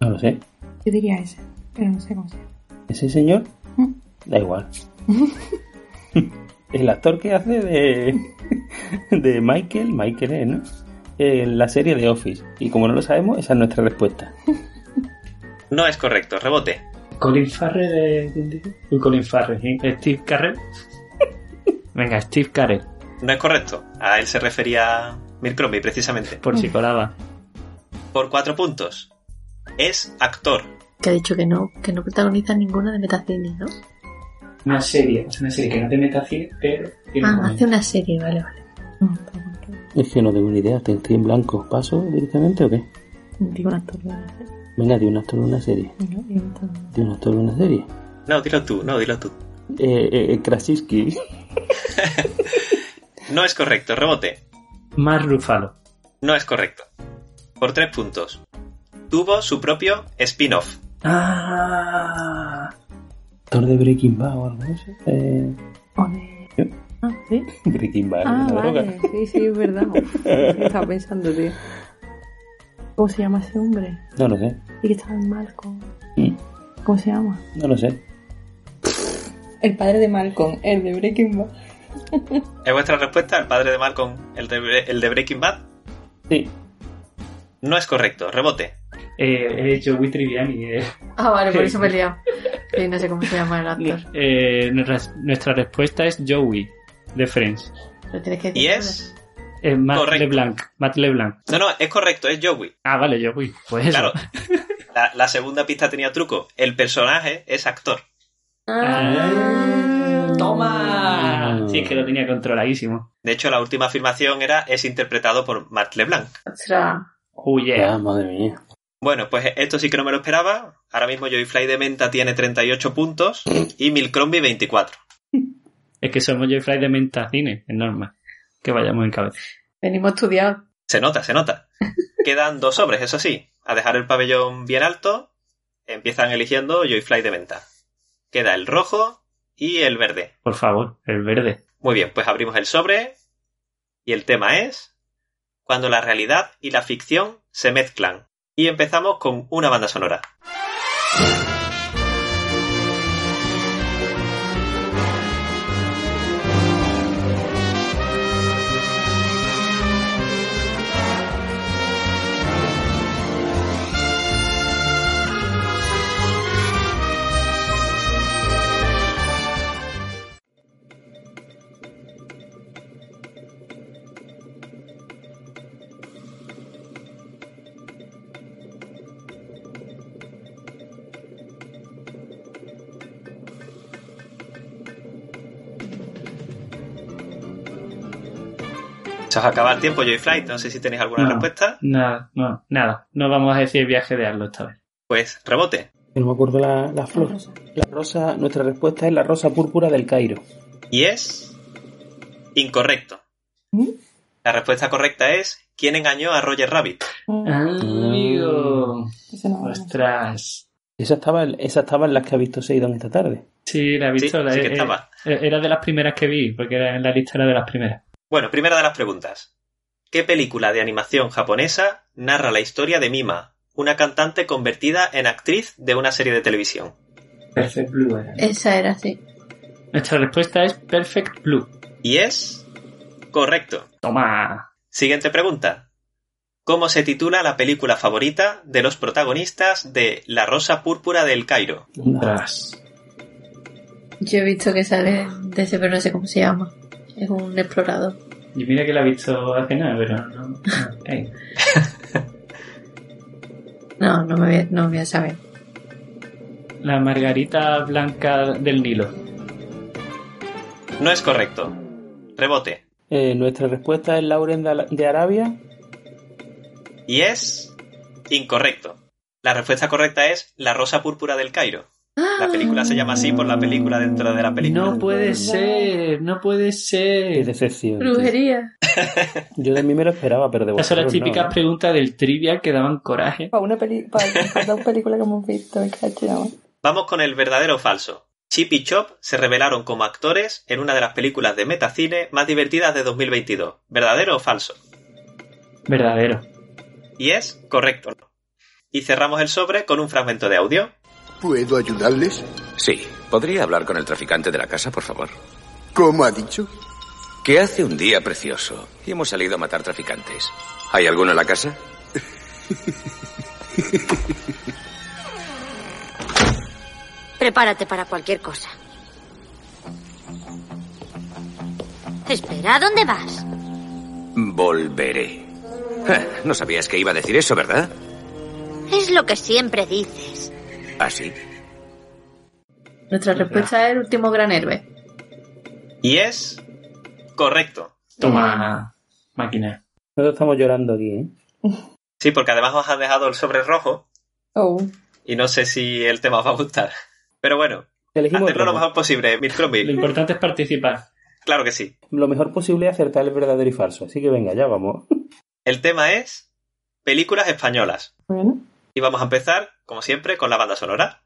Speaker 4: no lo sé.
Speaker 13: Yo diría esa, pero no sé cómo se llama.
Speaker 4: ¿Ese señor?
Speaker 13: Mm.
Speaker 4: Da igual. El actor que hace de, de Michael, Michael es, ¿no? En la serie de Office. Y como no lo sabemos, esa es nuestra respuesta.
Speaker 6: No es correcto, rebote.
Speaker 9: Colin Farrell de... ¿quién dijo? Uy, Colin Farrell. ¿eh? Steve Carell. Venga, Steve Carell.
Speaker 6: No es correcto. A él se refería Mircrombie, precisamente.
Speaker 9: Por
Speaker 8: Mm.
Speaker 9: si colaba.
Speaker 6: Por 4 puntos. Es actor.
Speaker 8: Que ha dicho que no, que no protagoniza ninguna de Metacine, ¿no?
Speaker 9: Una serie. Es una serie que no te metas así, pero... tiene
Speaker 8: Ah,
Speaker 9: momentos.
Speaker 8: hace una serie, vale, vale.
Speaker 13: No, tampoco.
Speaker 4: Es que no tengo ni idea. ¿Te estoy en blanco? ¿Paso directamente o qué?
Speaker 13: Digo un actor, no sé.
Speaker 4: Venga, de un actor en una serie.
Speaker 13: No, digo un actor.
Speaker 4: De un actor en una serie.
Speaker 6: No, dilo tú, no, dilo tú.
Speaker 4: Eh, eh, eh, Krasinski.
Speaker 6: No es correcto, rebote.
Speaker 9: Más Rufalo.
Speaker 6: No es correcto. Por 3 puntos. Tuvo su propio spin-off.
Speaker 9: Ah,
Speaker 4: Actor de Breaking Bad o algo de eso. Eh,
Speaker 13: O de... Ah, sí.
Speaker 4: Breaking Bad.
Speaker 13: Ah,
Speaker 4: la droga.
Speaker 13: vale. Sí, sí, es verdad. Sí, Estaba pensando, tío.
Speaker 8: ¿Cómo se llama ese hombre?
Speaker 4: No lo sé.
Speaker 8: Y que estaba en Malcolm.
Speaker 4: Mm,
Speaker 8: ¿Cómo se llama?
Speaker 4: No lo sé.
Speaker 8: El padre de Malcolm, el de Breaking Bad.
Speaker 3: ¿Es vuestra respuesta? ¿El padre de Malcolm, el de, el de Breaking Bad?
Speaker 4: Sí.
Speaker 3: No es correcto. Rebote.
Speaker 9: Eh, he hecho muy Triviani. Eh.
Speaker 14: Ah, vale, por eso me he liado. Sí, no sé cómo se llama el actor.
Speaker 9: Eh, nuestra, nuestra respuesta es Joey, de Friends.
Speaker 14: Lo tienes que decir.
Speaker 3: Y es...
Speaker 9: Eh, Matt
Speaker 3: Correcto.
Speaker 9: LeBlanc. Matt LeBlanc.
Speaker 3: No, no, es correcto, es Joey.
Speaker 9: Ah, vale, Joey. Pues eso.
Speaker 3: Claro. La, la segunda pista tenía truco. El personaje es actor.
Speaker 9: Ah, ¡Toma! Ah, Sí, es que lo tenía controladísimo.
Speaker 3: De hecho, la última afirmación era es interpretado por Matt LeBlanc.
Speaker 14: Ostras.
Speaker 9: Oh, yeah.
Speaker 4: Ah, madre mía.
Speaker 3: Bueno, pues esto sí que no me lo esperaba. Ahora mismo Joy Fly de Menta tiene 38 puntos y Milcrombie 24.
Speaker 9: Es que somos Joy Fry de menta cine, es normal. Que vayamos en cabeza.
Speaker 14: Venimos estudiados.
Speaker 3: Se nota, se nota. Quedan dos sobres, eso sí. A dejar el pabellón bien alto, empiezan eligiendo Joy Fly de Menta. Queda el rojo y el verde.
Speaker 9: Por favor, el verde.
Speaker 3: Muy bien, pues abrimos el sobre y el tema es cuando la realidad y la ficción se mezclan. Y empezamos con una banda sonora. Se os acaba el tiempo, Joy Fly. No sé si tenéis alguna
Speaker 9: No.
Speaker 3: respuesta.
Speaker 9: Nada, no, nada. No vamos a decir viaje de Arlo esta vez.
Speaker 3: Pues rebote.
Speaker 4: No me acuerdo la, la flor. La rosa, nuestra respuesta es la rosa púrpura del Cairo.
Speaker 3: Y es incorrecto. La respuesta correcta es ¿Quién engañó a Roger Rabbit?
Speaker 9: Ah,
Speaker 14: Ah.
Speaker 9: amigo.
Speaker 8: Ese no.
Speaker 9: Ostras.
Speaker 4: Esa estaba, en- esa estaba en las que ha visto Seidon esta tarde.
Speaker 9: Sí, la he visto.
Speaker 3: Sí,
Speaker 9: la-
Speaker 3: sí que
Speaker 9: eh,
Speaker 3: estaba.
Speaker 9: eh, Era de las primeras que vi, porque era en la lista era de las primeras.
Speaker 3: Bueno, primera de las preguntas. ¿Qué película de animación japonesa narra la historia de Mima, una cantante convertida en actriz de una serie de televisión?
Speaker 9: Perfect Blue era.
Speaker 14: Esa era así.
Speaker 9: Nuestra respuesta es Perfect Blue.
Speaker 3: Y es correcto.
Speaker 9: Toma.
Speaker 3: Siguiente pregunta. ¿Cómo se titula la película favorita de los protagonistas de La Rosa Púrpura del Cairo?
Speaker 9: Ostras.
Speaker 14: Yo he visto que sale de ese, pero no sé cómo se llama. Es un explorador.
Speaker 9: Y mira que la he visto hace nada, pero no. no. Ey.
Speaker 14: No, no me voy a, no voy a saber.
Speaker 9: La margarita blanca del Nilo.
Speaker 3: No es correcto. Rebote.
Speaker 4: Eh, nuestra respuesta es Lauren de, Ala- de Arabia.
Speaker 3: Y es incorrecto. La respuesta correcta es La Rosa Púrpura del Cairo. La
Speaker 7: Ah,
Speaker 3: película se llama así por la película dentro de la película.
Speaker 9: No puede ser, no puede
Speaker 4: Qué
Speaker 9: ser.
Speaker 4: decepción. tío.
Speaker 14: Brujería.
Speaker 4: Yo de mí me lo esperaba, pero de
Speaker 9: Esas son
Speaker 4: vosotros
Speaker 9: las típicas
Speaker 4: no, ¿eh?
Speaker 9: preguntas del trivia que daban coraje.
Speaker 8: Para una, peli para para una película que hemos visto, me cacho, ¿no?
Speaker 3: Vamos con el verdadero o falso. Chip y Chop se revelaron como actores en una de las películas de metacine más divertidas de 2022. ¿Verdadero o falso?
Speaker 9: Verdadero.
Speaker 3: Y es correcto. Y cerramos el sobre con un fragmento de audio.
Speaker 15: ¿Puedo ayudarles?
Speaker 6: Sí, ¿podría hablar con el traficante de la casa, por favor?
Speaker 15: ¿Cómo ha dicho?
Speaker 6: Que hace un día precioso y hemos salido a matar traficantes. ¿Hay alguno en la casa?
Speaker 7: Prepárate para cualquier cosa. Espera, ¿a dónde vas?
Speaker 6: Volveré. Ja, No sabías que iba a decir eso, ¿verdad?
Speaker 7: Es lo que siempre dices.
Speaker 6: Así.
Speaker 14: Nuestra respuesta es el último gran héroe.
Speaker 3: Y es correcto.
Speaker 9: Toma, máquina.
Speaker 4: Nosotros estamos llorando aquí, ¿eh?
Speaker 3: Sí, porque además os han dejado el sobre rojo
Speaker 8: Oh.
Speaker 3: y no sé si el tema os va a gustar. Pero bueno,
Speaker 4: Elegimos
Speaker 3: hacerlo lo
Speaker 4: otro, ¿no?
Speaker 3: mejor posible, Milcromby.
Speaker 9: Lo importante es participar.
Speaker 3: Claro que sí.
Speaker 4: lo mejor posible es acertar el verdadero y falso. Así que venga, ya vamos.
Speaker 3: El tema es películas españolas.
Speaker 8: Bueno.
Speaker 3: Y vamos a empezar, como siempre, con la banda sonora.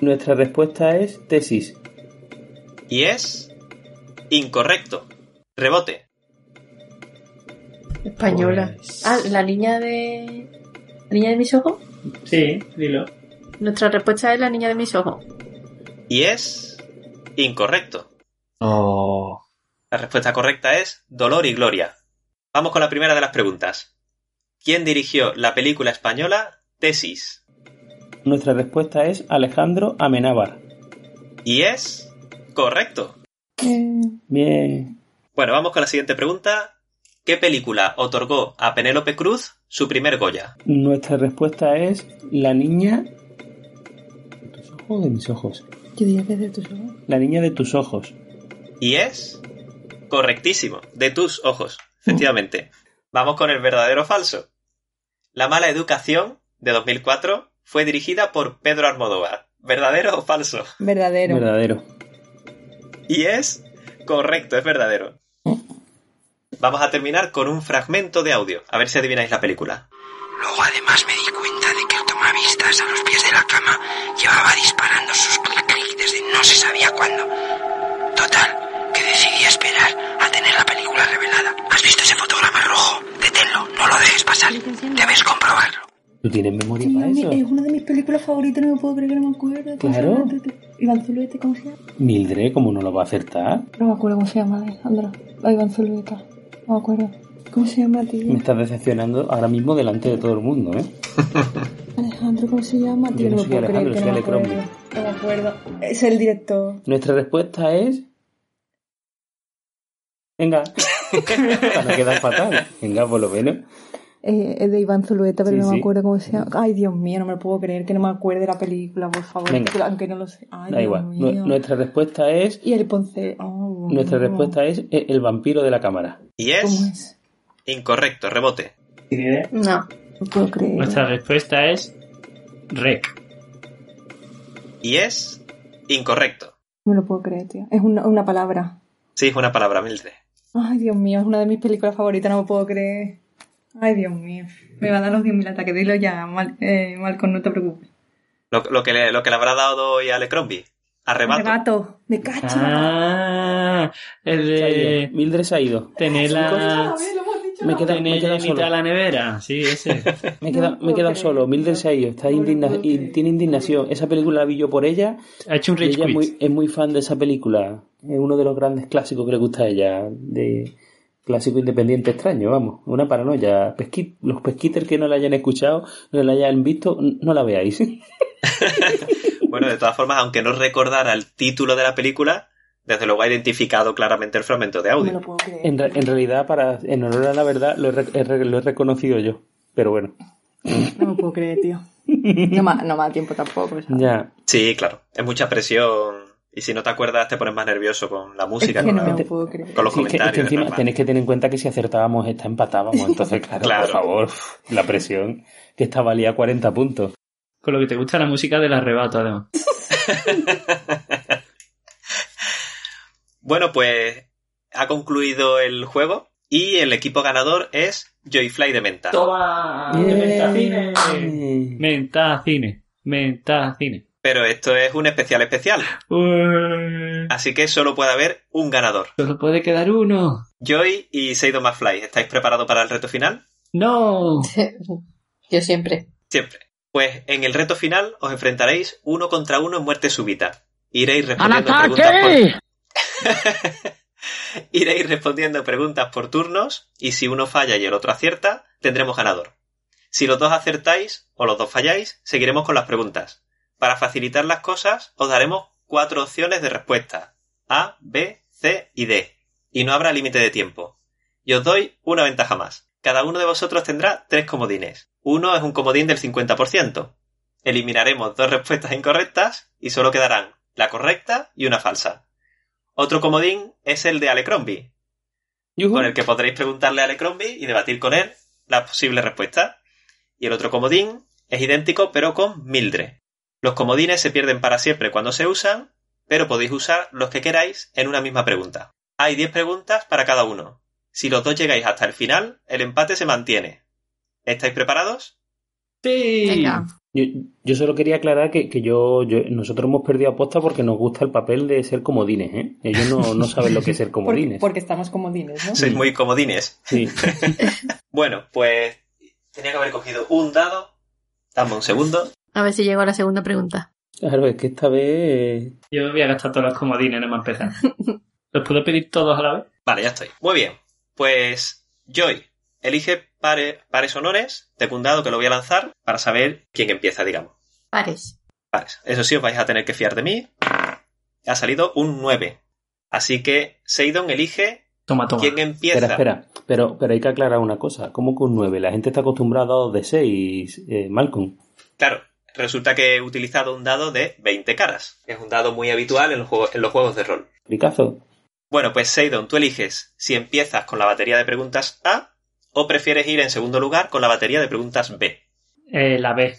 Speaker 4: nuestra respuesta es tesis.
Speaker 6: Y es incorrecto. Rebote.
Speaker 7: Española.
Speaker 4: Pues,
Speaker 7: Ah, la niña de. ¿La niña de mis ojos?
Speaker 9: Sí, dilo.
Speaker 7: Nuestra respuesta es la niña de mis ojos.
Speaker 6: Y es incorrecto.
Speaker 9: Oh.
Speaker 6: La respuesta correcta es Dolor y Gloria. Vamos con la primera de las preguntas. ¿Quién dirigió la película española Tesis?
Speaker 4: Nuestra respuesta es Alejandro Amenábar.
Speaker 6: Y es correcto.
Speaker 4: Bien. Bien.
Speaker 6: Bueno, vamos con la siguiente pregunta. ¿Qué película otorgó a Penélope Cruz su primer Goya?
Speaker 4: Nuestra respuesta es La niña de tus ojos de mis ojos.
Speaker 8: Yo diría que es de tus ojos.
Speaker 4: La niña de tus ojos.
Speaker 6: Y es correctísimo, de tus ojos, efectivamente. Uh. Vamos con el verdadero o falso. La mala educación de 2004 fue dirigida por Pedro Almodóvar. ¿Verdadero o falso?
Speaker 8: Verdadero.
Speaker 4: Verdadero.
Speaker 6: Y es correcto, es verdadero. Uh. Vamos a terminar con un fragmento de audio, a ver si adivináis la película.
Speaker 3: Luego además me di cuenta de que el tomavistas a los pies de la cama llevaba disparando sus clic clic desde no se sabía cuándo. Total, que decidí esperar a tener la película revelada. ¿Has visto ese fotograma rojo? Deténlo, no lo dejes pasar. Debes comprobarlo.
Speaker 4: ¿Tú tienes memoria sí, para
Speaker 8: mi,
Speaker 4: eso?
Speaker 8: Es una de mis películas favoritas, no me puedo creer que no me acuerdo.
Speaker 4: Claro.
Speaker 8: este Iván Zulueta, ¿cómo se llama?
Speaker 4: Mildred, ¿cómo no lo va a acertar?
Speaker 8: No me acuerdo cómo se llama, eh, Alejandro. A Iván Zulueta. No me acuerdo. ¿Cómo se llama, tío?
Speaker 4: Me estás decepcionando ahora mismo delante de todo el mundo, ¿eh?
Speaker 8: Alejandro, ¿cómo se llama?
Speaker 4: Yo no,
Speaker 8: no
Speaker 4: soy Alejandro, soy
Speaker 8: no
Speaker 4: Ale Cromwell.
Speaker 8: No me acuerdo. Es el director.
Speaker 4: Nuestra respuesta es... Venga. para quedar fatal. Venga, por lo menos.
Speaker 8: Eh, es de Iván Zulueta, pero
Speaker 4: Sí,
Speaker 8: no me
Speaker 4: sí.
Speaker 8: acuerdo cómo se llama. Ay, Dios mío, no me lo puedo creer que no me acuerde la película, por favor.
Speaker 4: Venga.
Speaker 8: que- Aunque no lo sé. Ay,
Speaker 4: Da
Speaker 8: Dios
Speaker 4: igual.
Speaker 8: mío.
Speaker 4: Nu- Nuestra respuesta es...
Speaker 8: Y el Ponce. oh,
Speaker 4: Nuestra
Speaker 8: no.
Speaker 4: respuesta es eh, el vampiro de la cámara.
Speaker 6: Y
Speaker 8: ¿Cómo
Speaker 6: es
Speaker 8: es?
Speaker 6: incorrecto, rebote.
Speaker 7: No.
Speaker 8: No puedo creer.
Speaker 9: Nuestra respuesta es Rec.
Speaker 6: Y es incorrecto.
Speaker 8: No me lo puedo creer, tío. Es una, una palabra.
Speaker 6: Sí, es una palabra, Mildred.
Speaker 8: Ay, Dios mío, es una de mis películas favoritas, no me puedo creer. Ay, Dios mío. Me va a dar los 10.000 ataques. Dilo ya, Mal, eh, Malcolm, no te preocupes.
Speaker 6: Lo, lo que le, lo que le habrá dado hoy a Alecrombie. Arrebato.
Speaker 8: Gato, me cacho.
Speaker 9: Ah, el
Speaker 4: Se ha ido.
Speaker 9: de
Speaker 4: Mildred se ha ido.
Speaker 9: tener la,
Speaker 4: Me queda, me he
Speaker 9: tener
Speaker 4: quedado
Speaker 9: en mitad
Speaker 4: solo.
Speaker 9: de la nevera. Sí, ese.
Speaker 4: Me he quedado, me he quedado solo. Mildred se ha ido. Está indigna- y tiene indignación. Esa película la vi yo por ella.
Speaker 9: Ha hecho un
Speaker 4: Y
Speaker 9: rage
Speaker 4: ella es
Speaker 9: quit.
Speaker 4: muy, es muy fan de esa película. Es uno de los grandes clásicos que le gusta a ella. De clásico independiente extraño, vamos. Una paranoia. Pesqui- los pesquites que no la hayan escuchado, no la hayan visto, n- no la veáis.
Speaker 6: Bueno, de todas formas, aunque no recordara el título de la película, desde luego ha identificado claramente el fragmento de
Speaker 8: No me
Speaker 6: audio.
Speaker 8: lo puedo creer.
Speaker 4: En, re- en realidad, para, en honor a la verdad, lo he, re- he re- lo he reconocido yo. Pero bueno,
Speaker 8: No me puedo creer, tío. No, ma- no me da tiempo tampoco. ¿sabes?
Speaker 4: ya.
Speaker 6: Sí, claro. Es mucha presión. Y si no te acuerdas, te pones más nervioso con la música,
Speaker 8: Es que
Speaker 6: con,
Speaker 8: no me
Speaker 6: la-
Speaker 8: lo puedo creer.
Speaker 6: con los
Speaker 4: Sí, es que- es que
Speaker 6: comentarios. es
Speaker 4: encima
Speaker 6: normal.
Speaker 4: tenéis que tener en cuenta que si acertábamos esta empatábamos. Entonces, claro,
Speaker 6: Claro.
Speaker 4: por favor, la presión que esta valía 40 puntos.
Speaker 9: Con lo que te gusta la música del arrebato, además.
Speaker 6: Bueno, pues ha concluido el juego y el equipo ganador es Joyfly de Menta.
Speaker 9: ¡Toma!
Speaker 4: Bien.
Speaker 9: Mentacine. Mentacine.
Speaker 6: Pero esto es un especial especial,
Speaker 9: Ué.
Speaker 6: así que solo puede haber un ganador.
Speaker 9: Solo puede quedar uno.
Speaker 6: Joy y Seido McFly, ¿estáis preparados para el reto final?
Speaker 9: ¡No!
Speaker 7: Yo siempre.
Speaker 6: Siempre. Pues en el reto final os enfrentaréis uno contra uno en muerte súbita. Iréis respondiendo preguntas por... Iréis respondiendo preguntas por turnos y si uno falla y el otro acierta, tendremos ganador. Si los dos acertáis o los dos falláis, seguiremos con las preguntas. Para facilitar las cosas, os daremos cuatro opciones de respuesta. A, B, C y D. Y no habrá límite de tiempo. Y os doy una ventaja más. Cada uno de vosotros tendrá tres comodines. Uno es un comodín del 50%. Eliminaremos dos respuestas incorrectas y solo quedarán la correcta y una falsa. Otro comodín es el de Alecrombie,
Speaker 4: Yujú.
Speaker 6: con el que podréis preguntarle a Alecrombie y debatir con él las posibles respuestas. Y el otro comodín es idéntico pero con Mildred. Los comodines se pierden para siempre cuando se usan, pero podéis usar los que queráis en una misma pregunta. Hay 10 preguntas para cada uno. Si los dos llegáis hasta el final, el empate se mantiene. ¿Estáis preparados?
Speaker 9: Sí.
Speaker 7: Venga.
Speaker 4: Yo, yo solo quería aclarar que, que yo, yo- nosotros hemos perdido aposta porque nos gusta el papel de ser comodines, ¿eh? Ellos no, no saben lo que es ser
Speaker 8: Porque,
Speaker 4: comodines.
Speaker 8: porque estamos comodines, ¿no?
Speaker 6: Sois muy comodines.
Speaker 4: Sí.
Speaker 6: Bueno, pues tenía que haber cogido un dado. Dame un segundo.
Speaker 7: A ver si llego a la segunda pregunta.
Speaker 4: Claro, es que esta vez...
Speaker 9: Yo voy a gastar todos los comodines, no me empezar. ¿Los puedo pedir todos a la vez?
Speaker 6: Vale, ya estoy. Muy bien. Pues Joy, elige pare- pares honores de un dado que lo voy a lanzar para saber quién empieza, digamos.
Speaker 7: Pares.
Speaker 6: Pares. Eso sí, os vais a tener que fiar de mí. Ha salido un 9. Así que Seidon elige
Speaker 9: Toma, toma.
Speaker 6: quién empieza.
Speaker 4: Espera, espera. Pero, pero hay que aclarar una cosa. ¿Cómo con nueve? La gente está acostumbrada a dados de seis, eh, Malcolm.
Speaker 6: Claro, resulta que he utilizado un dado de 20 caras. que Es un dado muy habitual en los juegos, en los juegos de rol.
Speaker 4: Ricazo.
Speaker 6: Bueno, pues Seidon, tú eliges si empiezas con la batería de preguntas A o prefieres ir en segundo lugar con la batería de preguntas B.
Speaker 9: Eh, la B.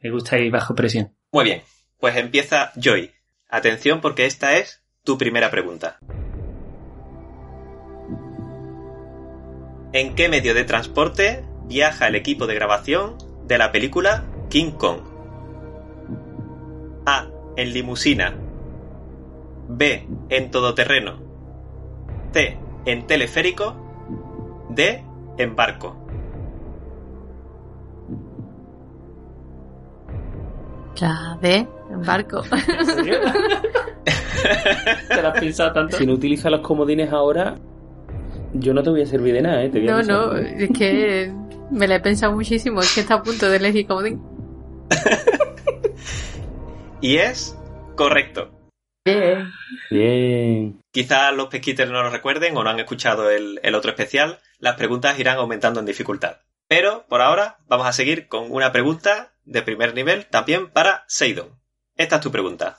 Speaker 9: Me gusta ir bajo presión.
Speaker 6: Muy bien, pues empieza Joy. Atención porque esta es tu primera pregunta. ¿En qué medio de transporte viaja el equipo de grabación de la película King Kong? A. En limusina. B. En todoterreno. C. En teleférico. D. En barco.
Speaker 7: La B, en barco.
Speaker 9: ¿Te lo has pensado tanto?
Speaker 4: Si no utilizas los comodines ahora, yo no te voy a servir de nada, ¿eh? Te voy a
Speaker 7: No,
Speaker 4: avisar.
Speaker 7: no, es que me la he pensado muchísimo. Es que está a punto de elegir comodín.
Speaker 6: Y es correcto.
Speaker 7: Bien.
Speaker 4: Bien.
Speaker 6: Quizás los pesquites no lo recuerden o no han escuchado el, el otro especial. Las preguntas irán aumentando en dificultad. Pero por ahora vamos a seguir con una pregunta de primer nivel también para Seidon. Esta es tu pregunta.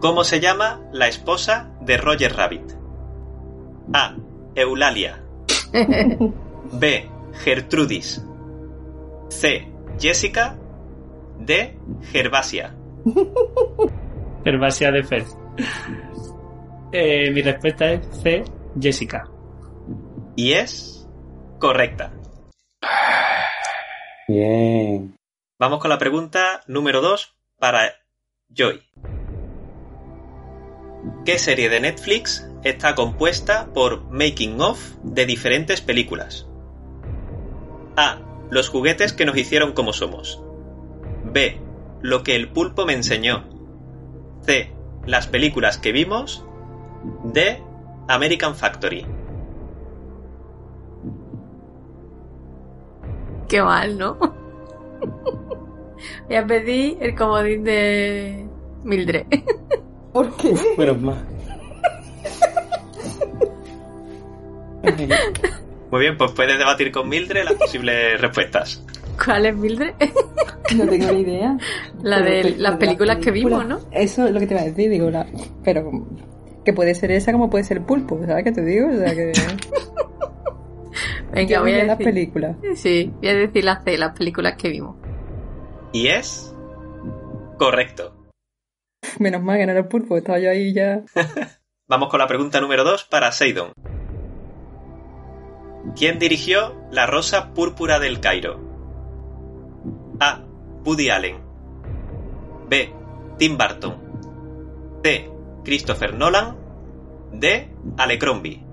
Speaker 6: ¿Cómo se llama la esposa de Roger Rabbit? A. Eulalia. B. Gertrudis. C. Jessica. D. Gervasia.
Speaker 9: Herbacia de Fez. Eh, mi respuesta es C. Jessica.
Speaker 6: Y es correcta.
Speaker 4: Bien.
Speaker 6: Vamos con la pregunta número 2 para Joy. ¿Qué serie de Netflix está compuesta por making of de diferentes películas? A. Los juguetes que nos hicieron como somos. B. Lo que el pulpo me enseñó. C. Las películas que vimos. D. American Factory.
Speaker 7: Qué mal, ¿no? Voy a pedir el comodín de Mildred.
Speaker 8: ¿Por qué?
Speaker 4: Menos mal.
Speaker 6: Muy bien, pues puedes debatir con Mildred las posibles respuestas.
Speaker 7: ¿Cuál es Mildred?
Speaker 8: No tengo ni idea.
Speaker 7: La
Speaker 8: Pero
Speaker 7: de
Speaker 8: que-
Speaker 7: las películas que vimos, ¿no?
Speaker 8: Eso es lo que te iba a decir, digo, la... pero que puede ser esa como puede ser Pues pulpo, ¿sabes qué te digo? O sea que...
Speaker 7: Venga,
Speaker 8: Yo
Speaker 7: voy
Speaker 8: miré
Speaker 7: a
Speaker 8: las
Speaker 7: decir.
Speaker 8: películas.
Speaker 7: Sí, voy a decir las de las películas que vimos.
Speaker 6: Y es correcto.
Speaker 8: Menos mal que no era el pulpo, estaba yo ahí ya.
Speaker 6: Vamos con la pregunta número 2 para Seidon. ¿Quién dirigió La Rosa Púrpura del Cairo? A. Woody Allen. B. Tim Burton. C. Christopher Nolan. D. Alecrombie.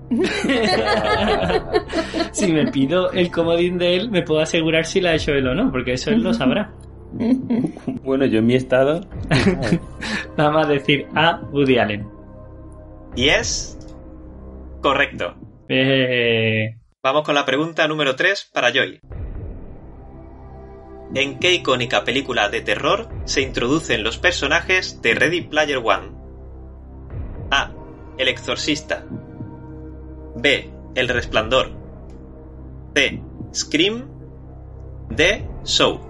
Speaker 9: Si me pido el comodín de él, me puedo asegurar si la ha hecho él o no, porque eso él lo sabrá.
Speaker 4: Bueno, yo en mi estado.
Speaker 9: Nada más decir a Woody Allen.
Speaker 6: Y es correcto.
Speaker 9: Eh,
Speaker 6: Vamos con la pregunta número 3 para Joy. ¿En qué icónica película de terror se introducen los personajes de Ready Player One? A. El exorcista. B. El resplandor. C. Scream. D. Show.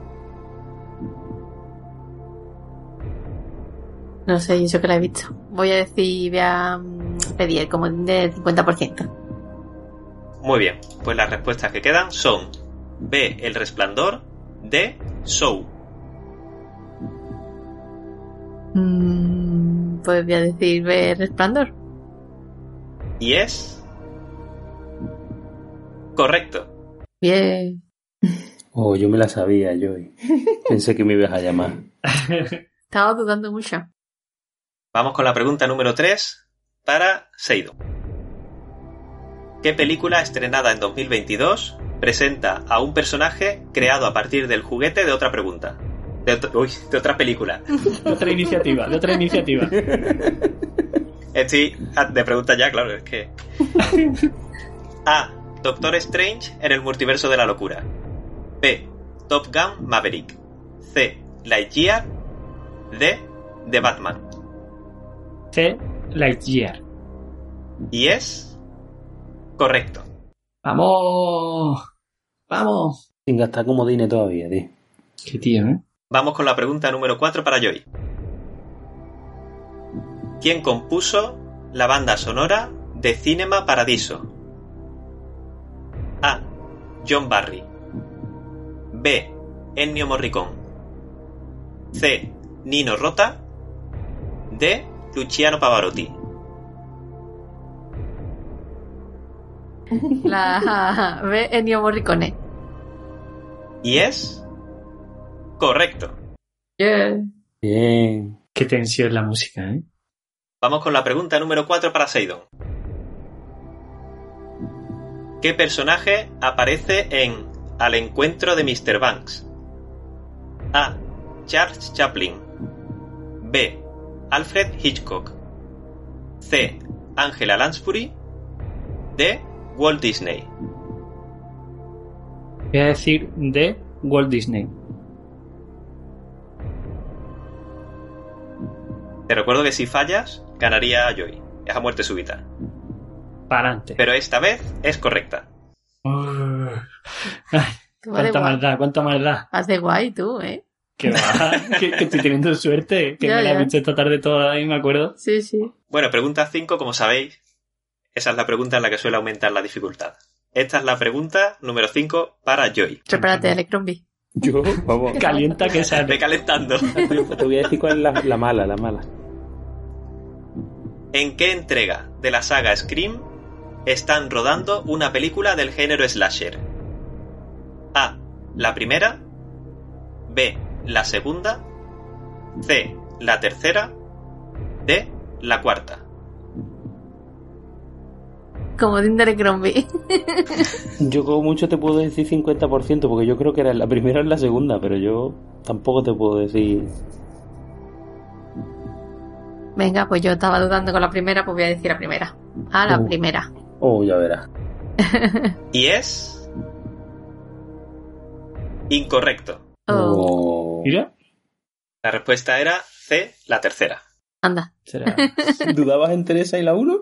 Speaker 7: No sé, yo que la he visto. Voy a decir, voy a mm, pedir el comodín del 50%.
Speaker 6: Muy bien, pues las respuestas que quedan son B. El resplandor. D. Show.
Speaker 7: Mm, Pues voy a decir ver Resplandor.
Speaker 6: Y es... Correcto.
Speaker 7: Bien.
Speaker 4: Oh, yo me la sabía, Joy. Pensé que me ibas a llamar.
Speaker 7: Estaba dudando mucho.
Speaker 6: Vamos con la pregunta número 3 para Seido. ¿Qué película estrenada en 2022 presenta a un personaje creado a partir del juguete de otra pregunta? De, otro- uy, de otra película.
Speaker 9: De otra iniciativa, de otra iniciativa.
Speaker 6: Estoy ah, de pregunta ya, claro, es que. A. Doctor Strange en el multiverso de la locura. B. Top Gun Maverick. C. Lightyear. D. The Batman.
Speaker 9: C. Lightyear.
Speaker 6: Y es. Correcto.
Speaker 9: ¡Vamos! ¡Vamos!
Speaker 4: Sin gastar comodines todavía, tío.
Speaker 9: Qué tío, ¿eh?
Speaker 6: Vamos con la pregunta número 4 para Joy. ¿Quién compuso la banda sonora de Cinema Paradiso? A. John Barry. B. Ennio Morricone. C. Nino Rota. D. Luciano Pavarotti.
Speaker 7: La B. Ennio Morricone.
Speaker 6: Y es. Correcto.
Speaker 7: Yeah.
Speaker 4: Bien.
Speaker 9: Qué tensión la música, ¿eh?
Speaker 6: Vamos con la pregunta número 4 para Seidon. ¿Qué personaje aparece en Al encuentro de Mr. Banks? A. Charles Chaplin. B. Alfred Hitchcock. C. Angela Lansbury. D. Walt Disney.
Speaker 9: Voy a decir de Walt Disney.
Speaker 6: Te recuerdo que si fallas, ganaría a Joy. Es a muerte súbita.
Speaker 9: Para adelante.
Speaker 6: Pero esta vez es correcta.
Speaker 7: Vale,
Speaker 9: cuánta
Speaker 7: guay.
Speaker 9: maldad, cuánta maldad.
Speaker 7: Haz de guay tú, ¿eh?
Speaker 9: Que va, que, que estoy teniendo suerte. Que
Speaker 7: Ya,
Speaker 9: me la
Speaker 7: ya.
Speaker 9: he visto esta tarde toda y me acuerdo.
Speaker 7: Sí, sí.
Speaker 6: Bueno, pregunta 5, como sabéis, esa es la pregunta en la que suele aumentar la dificultad. Esta es la pregunta número 5 para Joy.
Speaker 7: Prepárate, Electrombi.
Speaker 4: Yo, vamos.
Speaker 9: Calienta que sale.
Speaker 6: Ve calentando.
Speaker 4: Te voy a decir cuál es la, la mala, la mala.
Speaker 6: ¿En qué entrega de la saga Scream están rodando una película del género slasher? A. La primera. B. La segunda. C. La tercera. D. La cuarta.
Speaker 7: Como de Electrombi.
Speaker 4: Yo como mucho te puedo decir 50% porque yo creo que era la primera o la segunda, pero yo tampoco te puedo decir...
Speaker 7: Venga, pues yo estaba dudando con la primera, pues voy a decir la primera. Ah, la
Speaker 4: Uh.
Speaker 7: primera.
Speaker 4: Oh, ya verás.
Speaker 6: Y es... Incorrecto.
Speaker 4: Oh.
Speaker 9: Mira,
Speaker 6: La respuesta era C. La tercera.
Speaker 7: Anda.
Speaker 4: ¿Dudabas entre esa y la 1?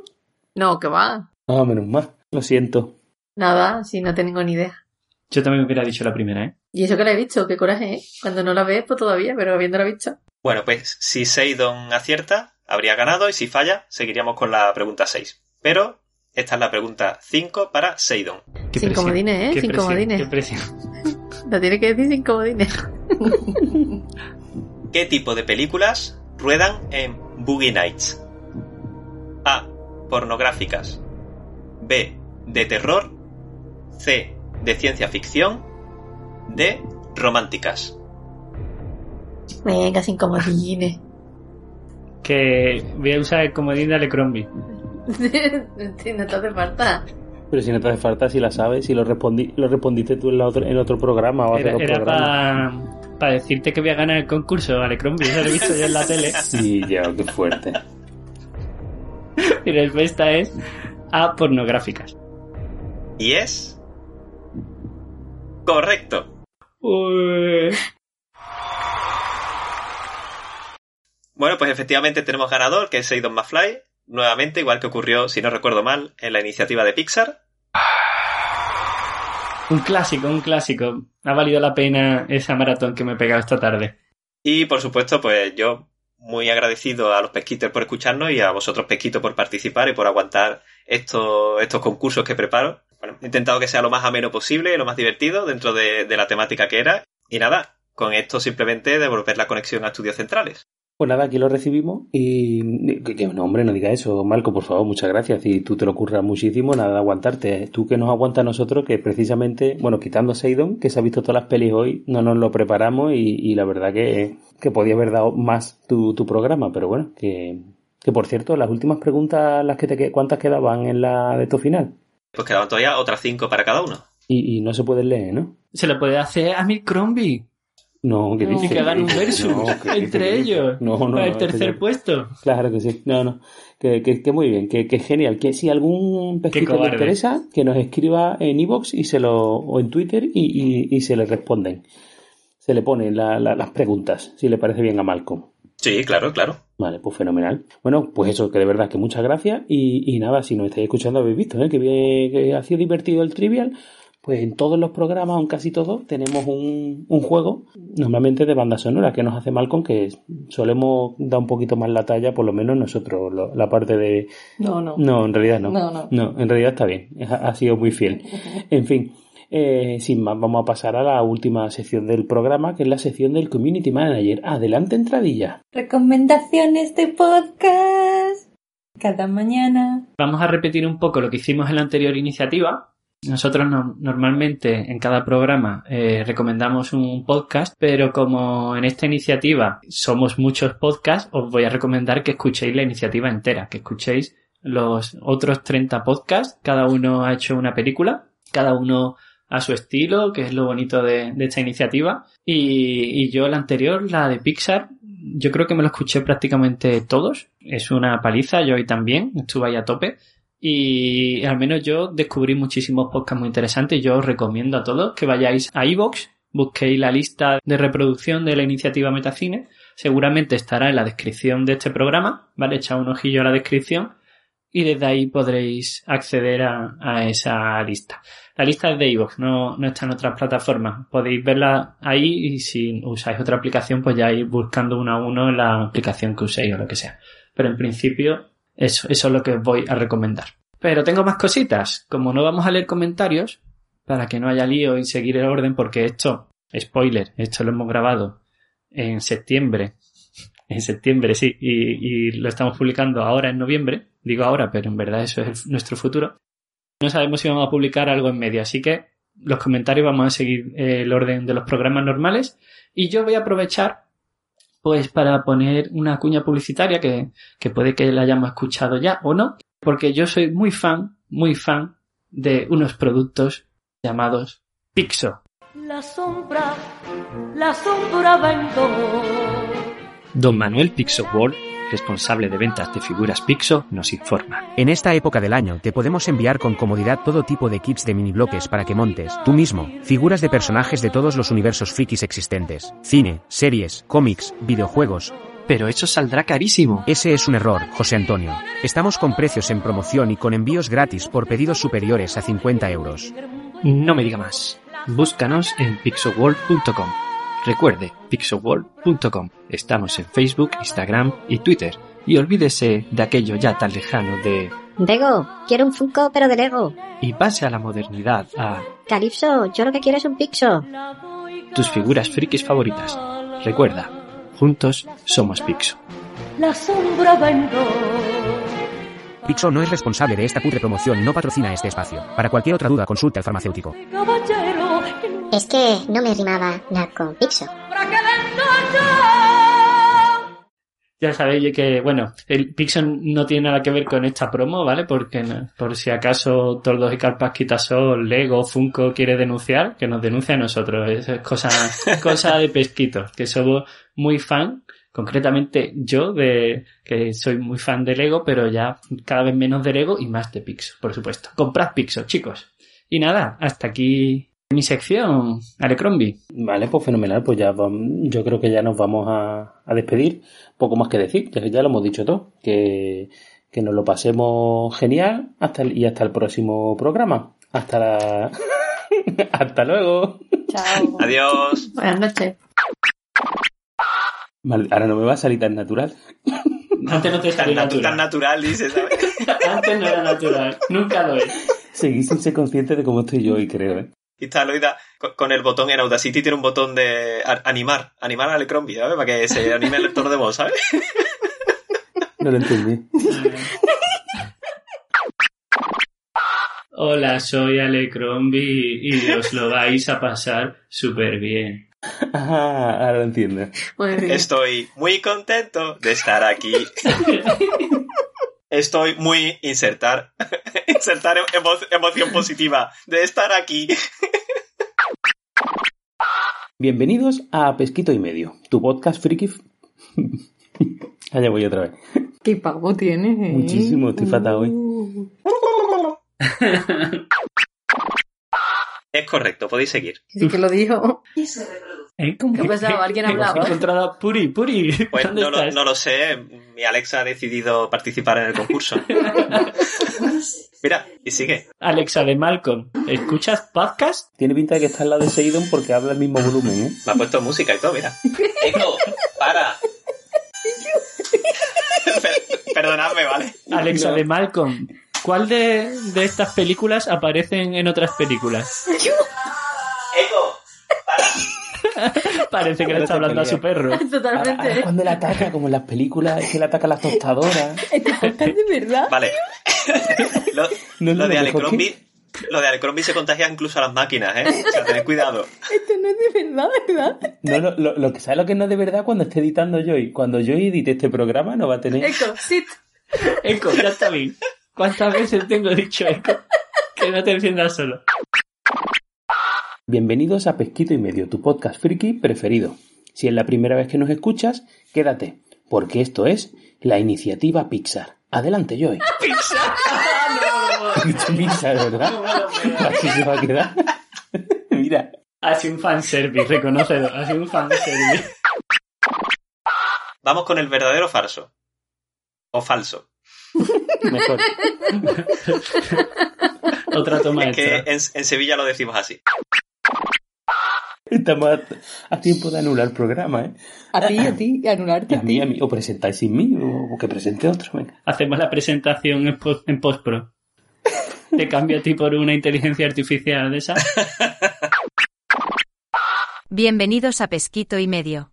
Speaker 7: No, que va.
Speaker 4: Ah, menos mal. Lo siento.
Speaker 7: Nada, si no tengo ni idea.
Speaker 9: Yo también hubiera dicho la primera, ¿eh?
Speaker 7: Y eso que la he visto, qué coraje, ¿eh? Cuando no la ves, pues todavía, pero habiéndola visto.
Speaker 6: Bueno, pues si Seidon acierta, habría ganado y si falla, seguiríamos con la pregunta 6. Pero esta es la pregunta 5 para Seidon.
Speaker 7: Sin comodines, ¿eh? Sin comodines. La tiene que decir sin comodines.
Speaker 6: ¿Qué tipo de películas ruedan en Boogie Nights? A. Pornográficas. B. De terror. C. De ciencia ficción. D. Románticas.
Speaker 9: Oh.
Speaker 7: Venga, sin comodines.
Speaker 9: Que voy a usar el comodín de Alecrombie.
Speaker 7: no te hace falta.
Speaker 4: Pero si no te hace falta, si la sabes, si lo, respondí, lo respondiste tú en, la otra- en otro programa o hace
Speaker 9: Era,
Speaker 4: dos programas.
Speaker 9: para decirte que voy a ganar el concurso, Alecrombie. Eso lo he visto yo en la tele.
Speaker 4: Sí, ya, qué fuerte.
Speaker 9: Y la respuesta es A pornográficas.
Speaker 6: Y es... Correcto.
Speaker 9: Ué.
Speaker 6: Bueno, pues efectivamente tenemos ganador, que es Seidon Mafly, nuevamente, igual que ocurrió, si no recuerdo mal, en la iniciativa de Pixar.
Speaker 9: Un clásico, un clásico. Ha valido la pena esa maratón que me he pegado esta tarde.
Speaker 6: Y por supuesto, pues yo muy agradecido a los pesquitos por escucharnos y a vosotros pesquitos por participar y por aguantar estos, estos concursos que preparo. Bueno, he intentado que sea lo más ameno posible, lo más divertido dentro de, de la temática que era. Y nada, con esto simplemente devolver la conexión a estudios centrales.
Speaker 4: Pues nada, aquí lo recibimos y... que- que- No, hombre, no diga eso, Marco, por favor, muchas gracias. Y tú te lo curras muchísimo, nada de aguantarte. Tú que nos aguantas a nosotros, que precisamente, bueno, quitando Seidon, que se ha visto todas las pelis hoy, no nos lo preparamos y, y la verdad que, que podía haber dado más tu, tu programa, pero bueno, que... Que por cierto, las últimas preguntas, las que te, que- ¿cuántas quedaban en la de tu final?
Speaker 6: Pues quedaban todavía otras cinco para cada uno.
Speaker 4: Y, y no se pueden leer, ¿no?
Speaker 9: Se lo puede hacer a Milcrombie
Speaker 4: No, que
Speaker 9: No.
Speaker 4: dice.
Speaker 9: Y que hagan un versus entre ellos,
Speaker 4: No, no,
Speaker 9: para el
Speaker 4: no,
Speaker 9: tercer
Speaker 4: señor.
Speaker 9: puesto.
Speaker 4: Claro que sí. No, no. Que, que, que muy bien, que, que genial. Que si algún pesquito le
Speaker 9: cobarde.
Speaker 4: interesa, que nos escriba en iVoox y se lo, o en Twitter y, y- y se le responden. Se le ponen la- la- las preguntas, si le parece bien a Malcolm.
Speaker 6: Sí, claro, claro.
Speaker 4: Vale, pues fenomenal. Bueno, pues eso, que de verdad que muchas gracias. Y, y nada, si nos estáis escuchando, habéis visto ¿eh? que, bien- que ha sido divertido el trivial. Pues en todos los programas, o en casi todos, tenemos un, un juego, normalmente de banda sonora, que nos hace mal con que solemos dar un poquito más la talla, por lo menos nosotros, lo- la parte de,
Speaker 16: No, no.
Speaker 4: no, en realidad no.
Speaker 16: No, no.
Speaker 4: en realidad está bien. Ha, ha sido muy fiel. En fin, eh, sin más, vamos a pasar a la última sección del programa, que es la sección del Community Manager. Adelante, entradilla.
Speaker 16: Recomendaciones de podcast. Cada mañana.
Speaker 9: Vamos a repetir un poco lo que hicimos en la anterior iniciativa. Nosotros no- normalmente en cada programa eh, recomendamos un podcast, pero como en esta iniciativa somos muchos podcasts, os voy a recomendar que escuchéis la iniciativa entera, que escuchéis los otros 30 podcasts. Cada uno ha hecho una película, cada uno a su estilo, que es lo bonito de, de esta iniciativa. Y, y yo la anterior, la de Pixar, yo creo que me lo escuché prácticamente todos. Es una paliza, yo hoy también, estuve ahí a tope. Y al menos yo descubrí muchísimos podcasts muy interesantes. Yo os recomiendo a todos que vayáis a iVoox, busquéis la lista de reproducción de la iniciativa Metacine. Seguramente estará en la descripción de este programa, ¿vale? Echad un ojillo a la descripción y desde ahí podréis acceder a, a esa lista. La lista es de iVoox, no, no está en otras plataformas. Podéis verla ahí y si usáis otra aplicación, pues ya ir buscando uno a uno en la aplicación que uséis o lo que sea. Pero en principio, eso, eso es lo que os voy a recomendar. Pero tengo más cositas. Como no vamos a leer comentarios, para que no haya lío y seguir el orden, porque esto, spoiler, esto lo hemos grabado en septiembre. En septiembre, sí, y, y lo estamos publicando ahora en noviembre. Digo ahora, pero en verdad eso es el- nuestro futuro. No sabemos si vamos a publicar algo en medio, así que los comentarios vamos a seguir eh, el orden de los programas normales. Y yo voy a aprovechar, pues, para poner una cuña publicitaria que, que puede que la hayamos escuchado ya o no, porque yo soy muy fan, muy fan de unos productos llamados Pixo.
Speaker 17: La sombra, la sombra vendó.
Speaker 18: Don Manuel Pixo World, responsable de ventas de figuras Pixo, nos informa. En esta época del año te podemos enviar con comodidad todo tipo de kits de minibloques para que montes, tú mismo, figuras de personajes de todos los universos frikis existentes. Cine, series, cómics, videojuegos. Pero eso saldrá carísimo. Eh, Ese es un error, José Antonio. Estamos con precios en promoción y con envíos gratis por pedidos superiores a 50 euros. No me diga más. Búscanos en pixoworld.com. Recuerde, pixoworld.com. Estamos en Facebook, Instagram y Twitter. Y olvídese de aquello ya tan lejano de...
Speaker 19: Dego, quiero un Funko pero de Lego.
Speaker 18: Y pase a la modernidad, a
Speaker 19: Calipso, yo lo que quiero es un Pixo.
Speaker 18: tus figuras frikis favoritas. Recuerda, juntos somos Pixo.
Speaker 17: La sombra vendó.
Speaker 18: Pixo no es responsable de esta putre promoción y no patrocina este espacio. Para cualquier otra duda, consulte al farmacéutico.
Speaker 17: Caballero, que
Speaker 19: Es que no me rimaba nada con Pixo.
Speaker 9: Ya sabéis que, bueno, el Pixel no tiene nada que ver con esta promo, ¿vale? Porque no- por si acaso Tordos y Carpas Quitasol, Lego, Funko quiere denunciar, que nos denuncie a nosotros. Eso es cosa, cosa de pesquitos, que somos muy fan, concretamente yo, de que soy muy fan de Lego, pero ya cada vez menos de Lego y más de Pixel, por supuesto. Comprad Pixel, chicos. Y nada, hasta aquí mi sección, Alecrombie.
Speaker 4: Vale, pues fenomenal, pues ya vam- yo creo que ya nos vamos a, a despedir. Poco más que decir, ya, ya lo hemos dicho todo, que, que nos lo pasemos genial hasta el- y hasta el próximo programa. Hasta la... hasta luego.
Speaker 7: Chao.
Speaker 6: Adiós.
Speaker 7: Buenas noches.
Speaker 4: Mal- Ahora no me va a salir tan natural.
Speaker 9: Antes no te salía
Speaker 6: Tan, tan natural, dice, ¿sabes?
Speaker 9: Antes no era natural, nunca lo es.
Speaker 4: Seguís sin ser consciente de cómo estoy yo hoy, creo, ¿eh?
Speaker 2: Y está Loida co- con el botón en Audacity, tiene un botón de a- animar, animar al Alecrombie, ¿sabes? Para que se anime el lector de voz, ¿sabes?
Speaker 4: No lo entendí.
Speaker 9: Hola, soy Alecrombie y os lo vais a pasar súper bien.
Speaker 4: Ajá, ahora lo entiendo.
Speaker 2: Estoy muy contento de estar aquí. Estoy muy insertar, insertar emo- emoción positiva de estar aquí.
Speaker 4: Bienvenidos a Pesquito y Medio, tu podcast friki. f- Allá voy otra vez.
Speaker 8: Qué pavo tienes, eh? Uh.
Speaker 4: Muchísimo, estoy fatal hoy.
Speaker 2: Es correcto, podéis seguir.
Speaker 8: Sí que lo dijo. ¿Qué ha pasado? ¿Alguien ha hablado?
Speaker 9: ¿Eh? Hemos encontrado a Puri, Puri.
Speaker 2: Pues
Speaker 9: ¿dónde
Speaker 2: no lo,
Speaker 9: estás?
Speaker 2: no lo sé, mi Alexa ha decidido participar en el concurso. Mira, y sigue.
Speaker 9: Alexa de Malcolm, ¿escuchas podcast?
Speaker 4: Tiene pinta de que está al lado de Seidon porque habla el mismo volumen, ¿eh?
Speaker 2: Me ha puesto música y todo, mira. ¡Eco! ¡Para! Per- perdonadme, ¿vale?
Speaker 9: Alexa
Speaker 2: No.
Speaker 9: de Malcolm, ¿cuál de, de estas películas aparecen en otras películas?
Speaker 2: ¡Eco!
Speaker 9: Parece que le está hablando a su perro.
Speaker 4: Totalmente. Ah, cuando le ataca, como en las películas, es que le ataca a las tostadoras.
Speaker 8: ¿De verdad?
Speaker 2: Vale. Lo,
Speaker 4: No es
Speaker 2: lo de
Speaker 4: lo mejor
Speaker 2: Alecrombie. Lo de Alecrombie se contagia incluso a las máquinas, ¿eh? O sea, tened cuidado.
Speaker 8: Esto no es de verdad, ¿verdad?
Speaker 4: No, lo, lo, lo que sabe lo que no es de verdad cuando esté editando Joy. Cuando yo edite este programa no va a tener...
Speaker 8: Eco, sit.
Speaker 9: Eco, ya está bien. ¿Cuántas veces tengo dicho Eco? Que no te enciendas solo.
Speaker 4: Bienvenidos a Pesquito y Medio, tu podcast friki preferido. Si es la primera vez que nos escuchas, quédate, porque esto es la iniciativa Pixar. Adelante, Joy.
Speaker 9: ¡Pizza!
Speaker 4: He dicho Pixar, ¿verdad? Así se va a quedar. Mira.
Speaker 9: Hace un fanservice, reconócelo. Hace un fanservice.
Speaker 2: Vamos con el verdadero o falso. O falso.
Speaker 4: Mejor.
Speaker 9: Otra toma
Speaker 2: Es que
Speaker 9: extra.
Speaker 2: en, en Sevilla lo decimos así.
Speaker 4: Estamos a, a tiempo de anular el programa, ¿eh?
Speaker 20: A ti, a ti, y anularte.
Speaker 4: A mí, a mí. O presentáis sin mí, o, o que presente otro, venga.
Speaker 9: Hacemos la presentación en, pos- en postpro. Te cambio a ti por una inteligencia artificial de esa.
Speaker 7: Bienvenidos a Pesquito y Medio.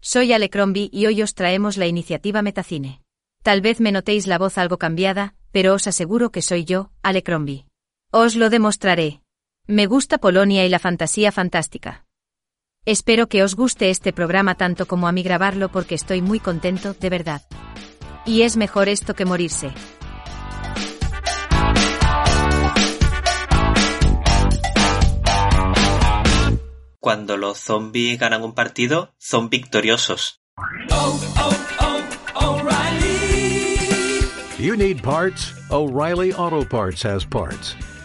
Speaker 7: Soy Alecrombie y hoy os traemos la iniciativa Metacine. Tal vez me notéis la voz algo cambiada, pero os aseguro que soy yo, Alecrombie. Os lo demostraré. Me gusta Polonia y la fantasía fantástica. Espero que os guste este programa tanto como a mí grabarlo porque estoy muy contento, de verdad. Y es mejor esto que morirse.
Speaker 2: Cuando los zombies ganan un partido, son victoriosos.
Speaker 6: You need parts? O'Reilly Auto Parts has parts.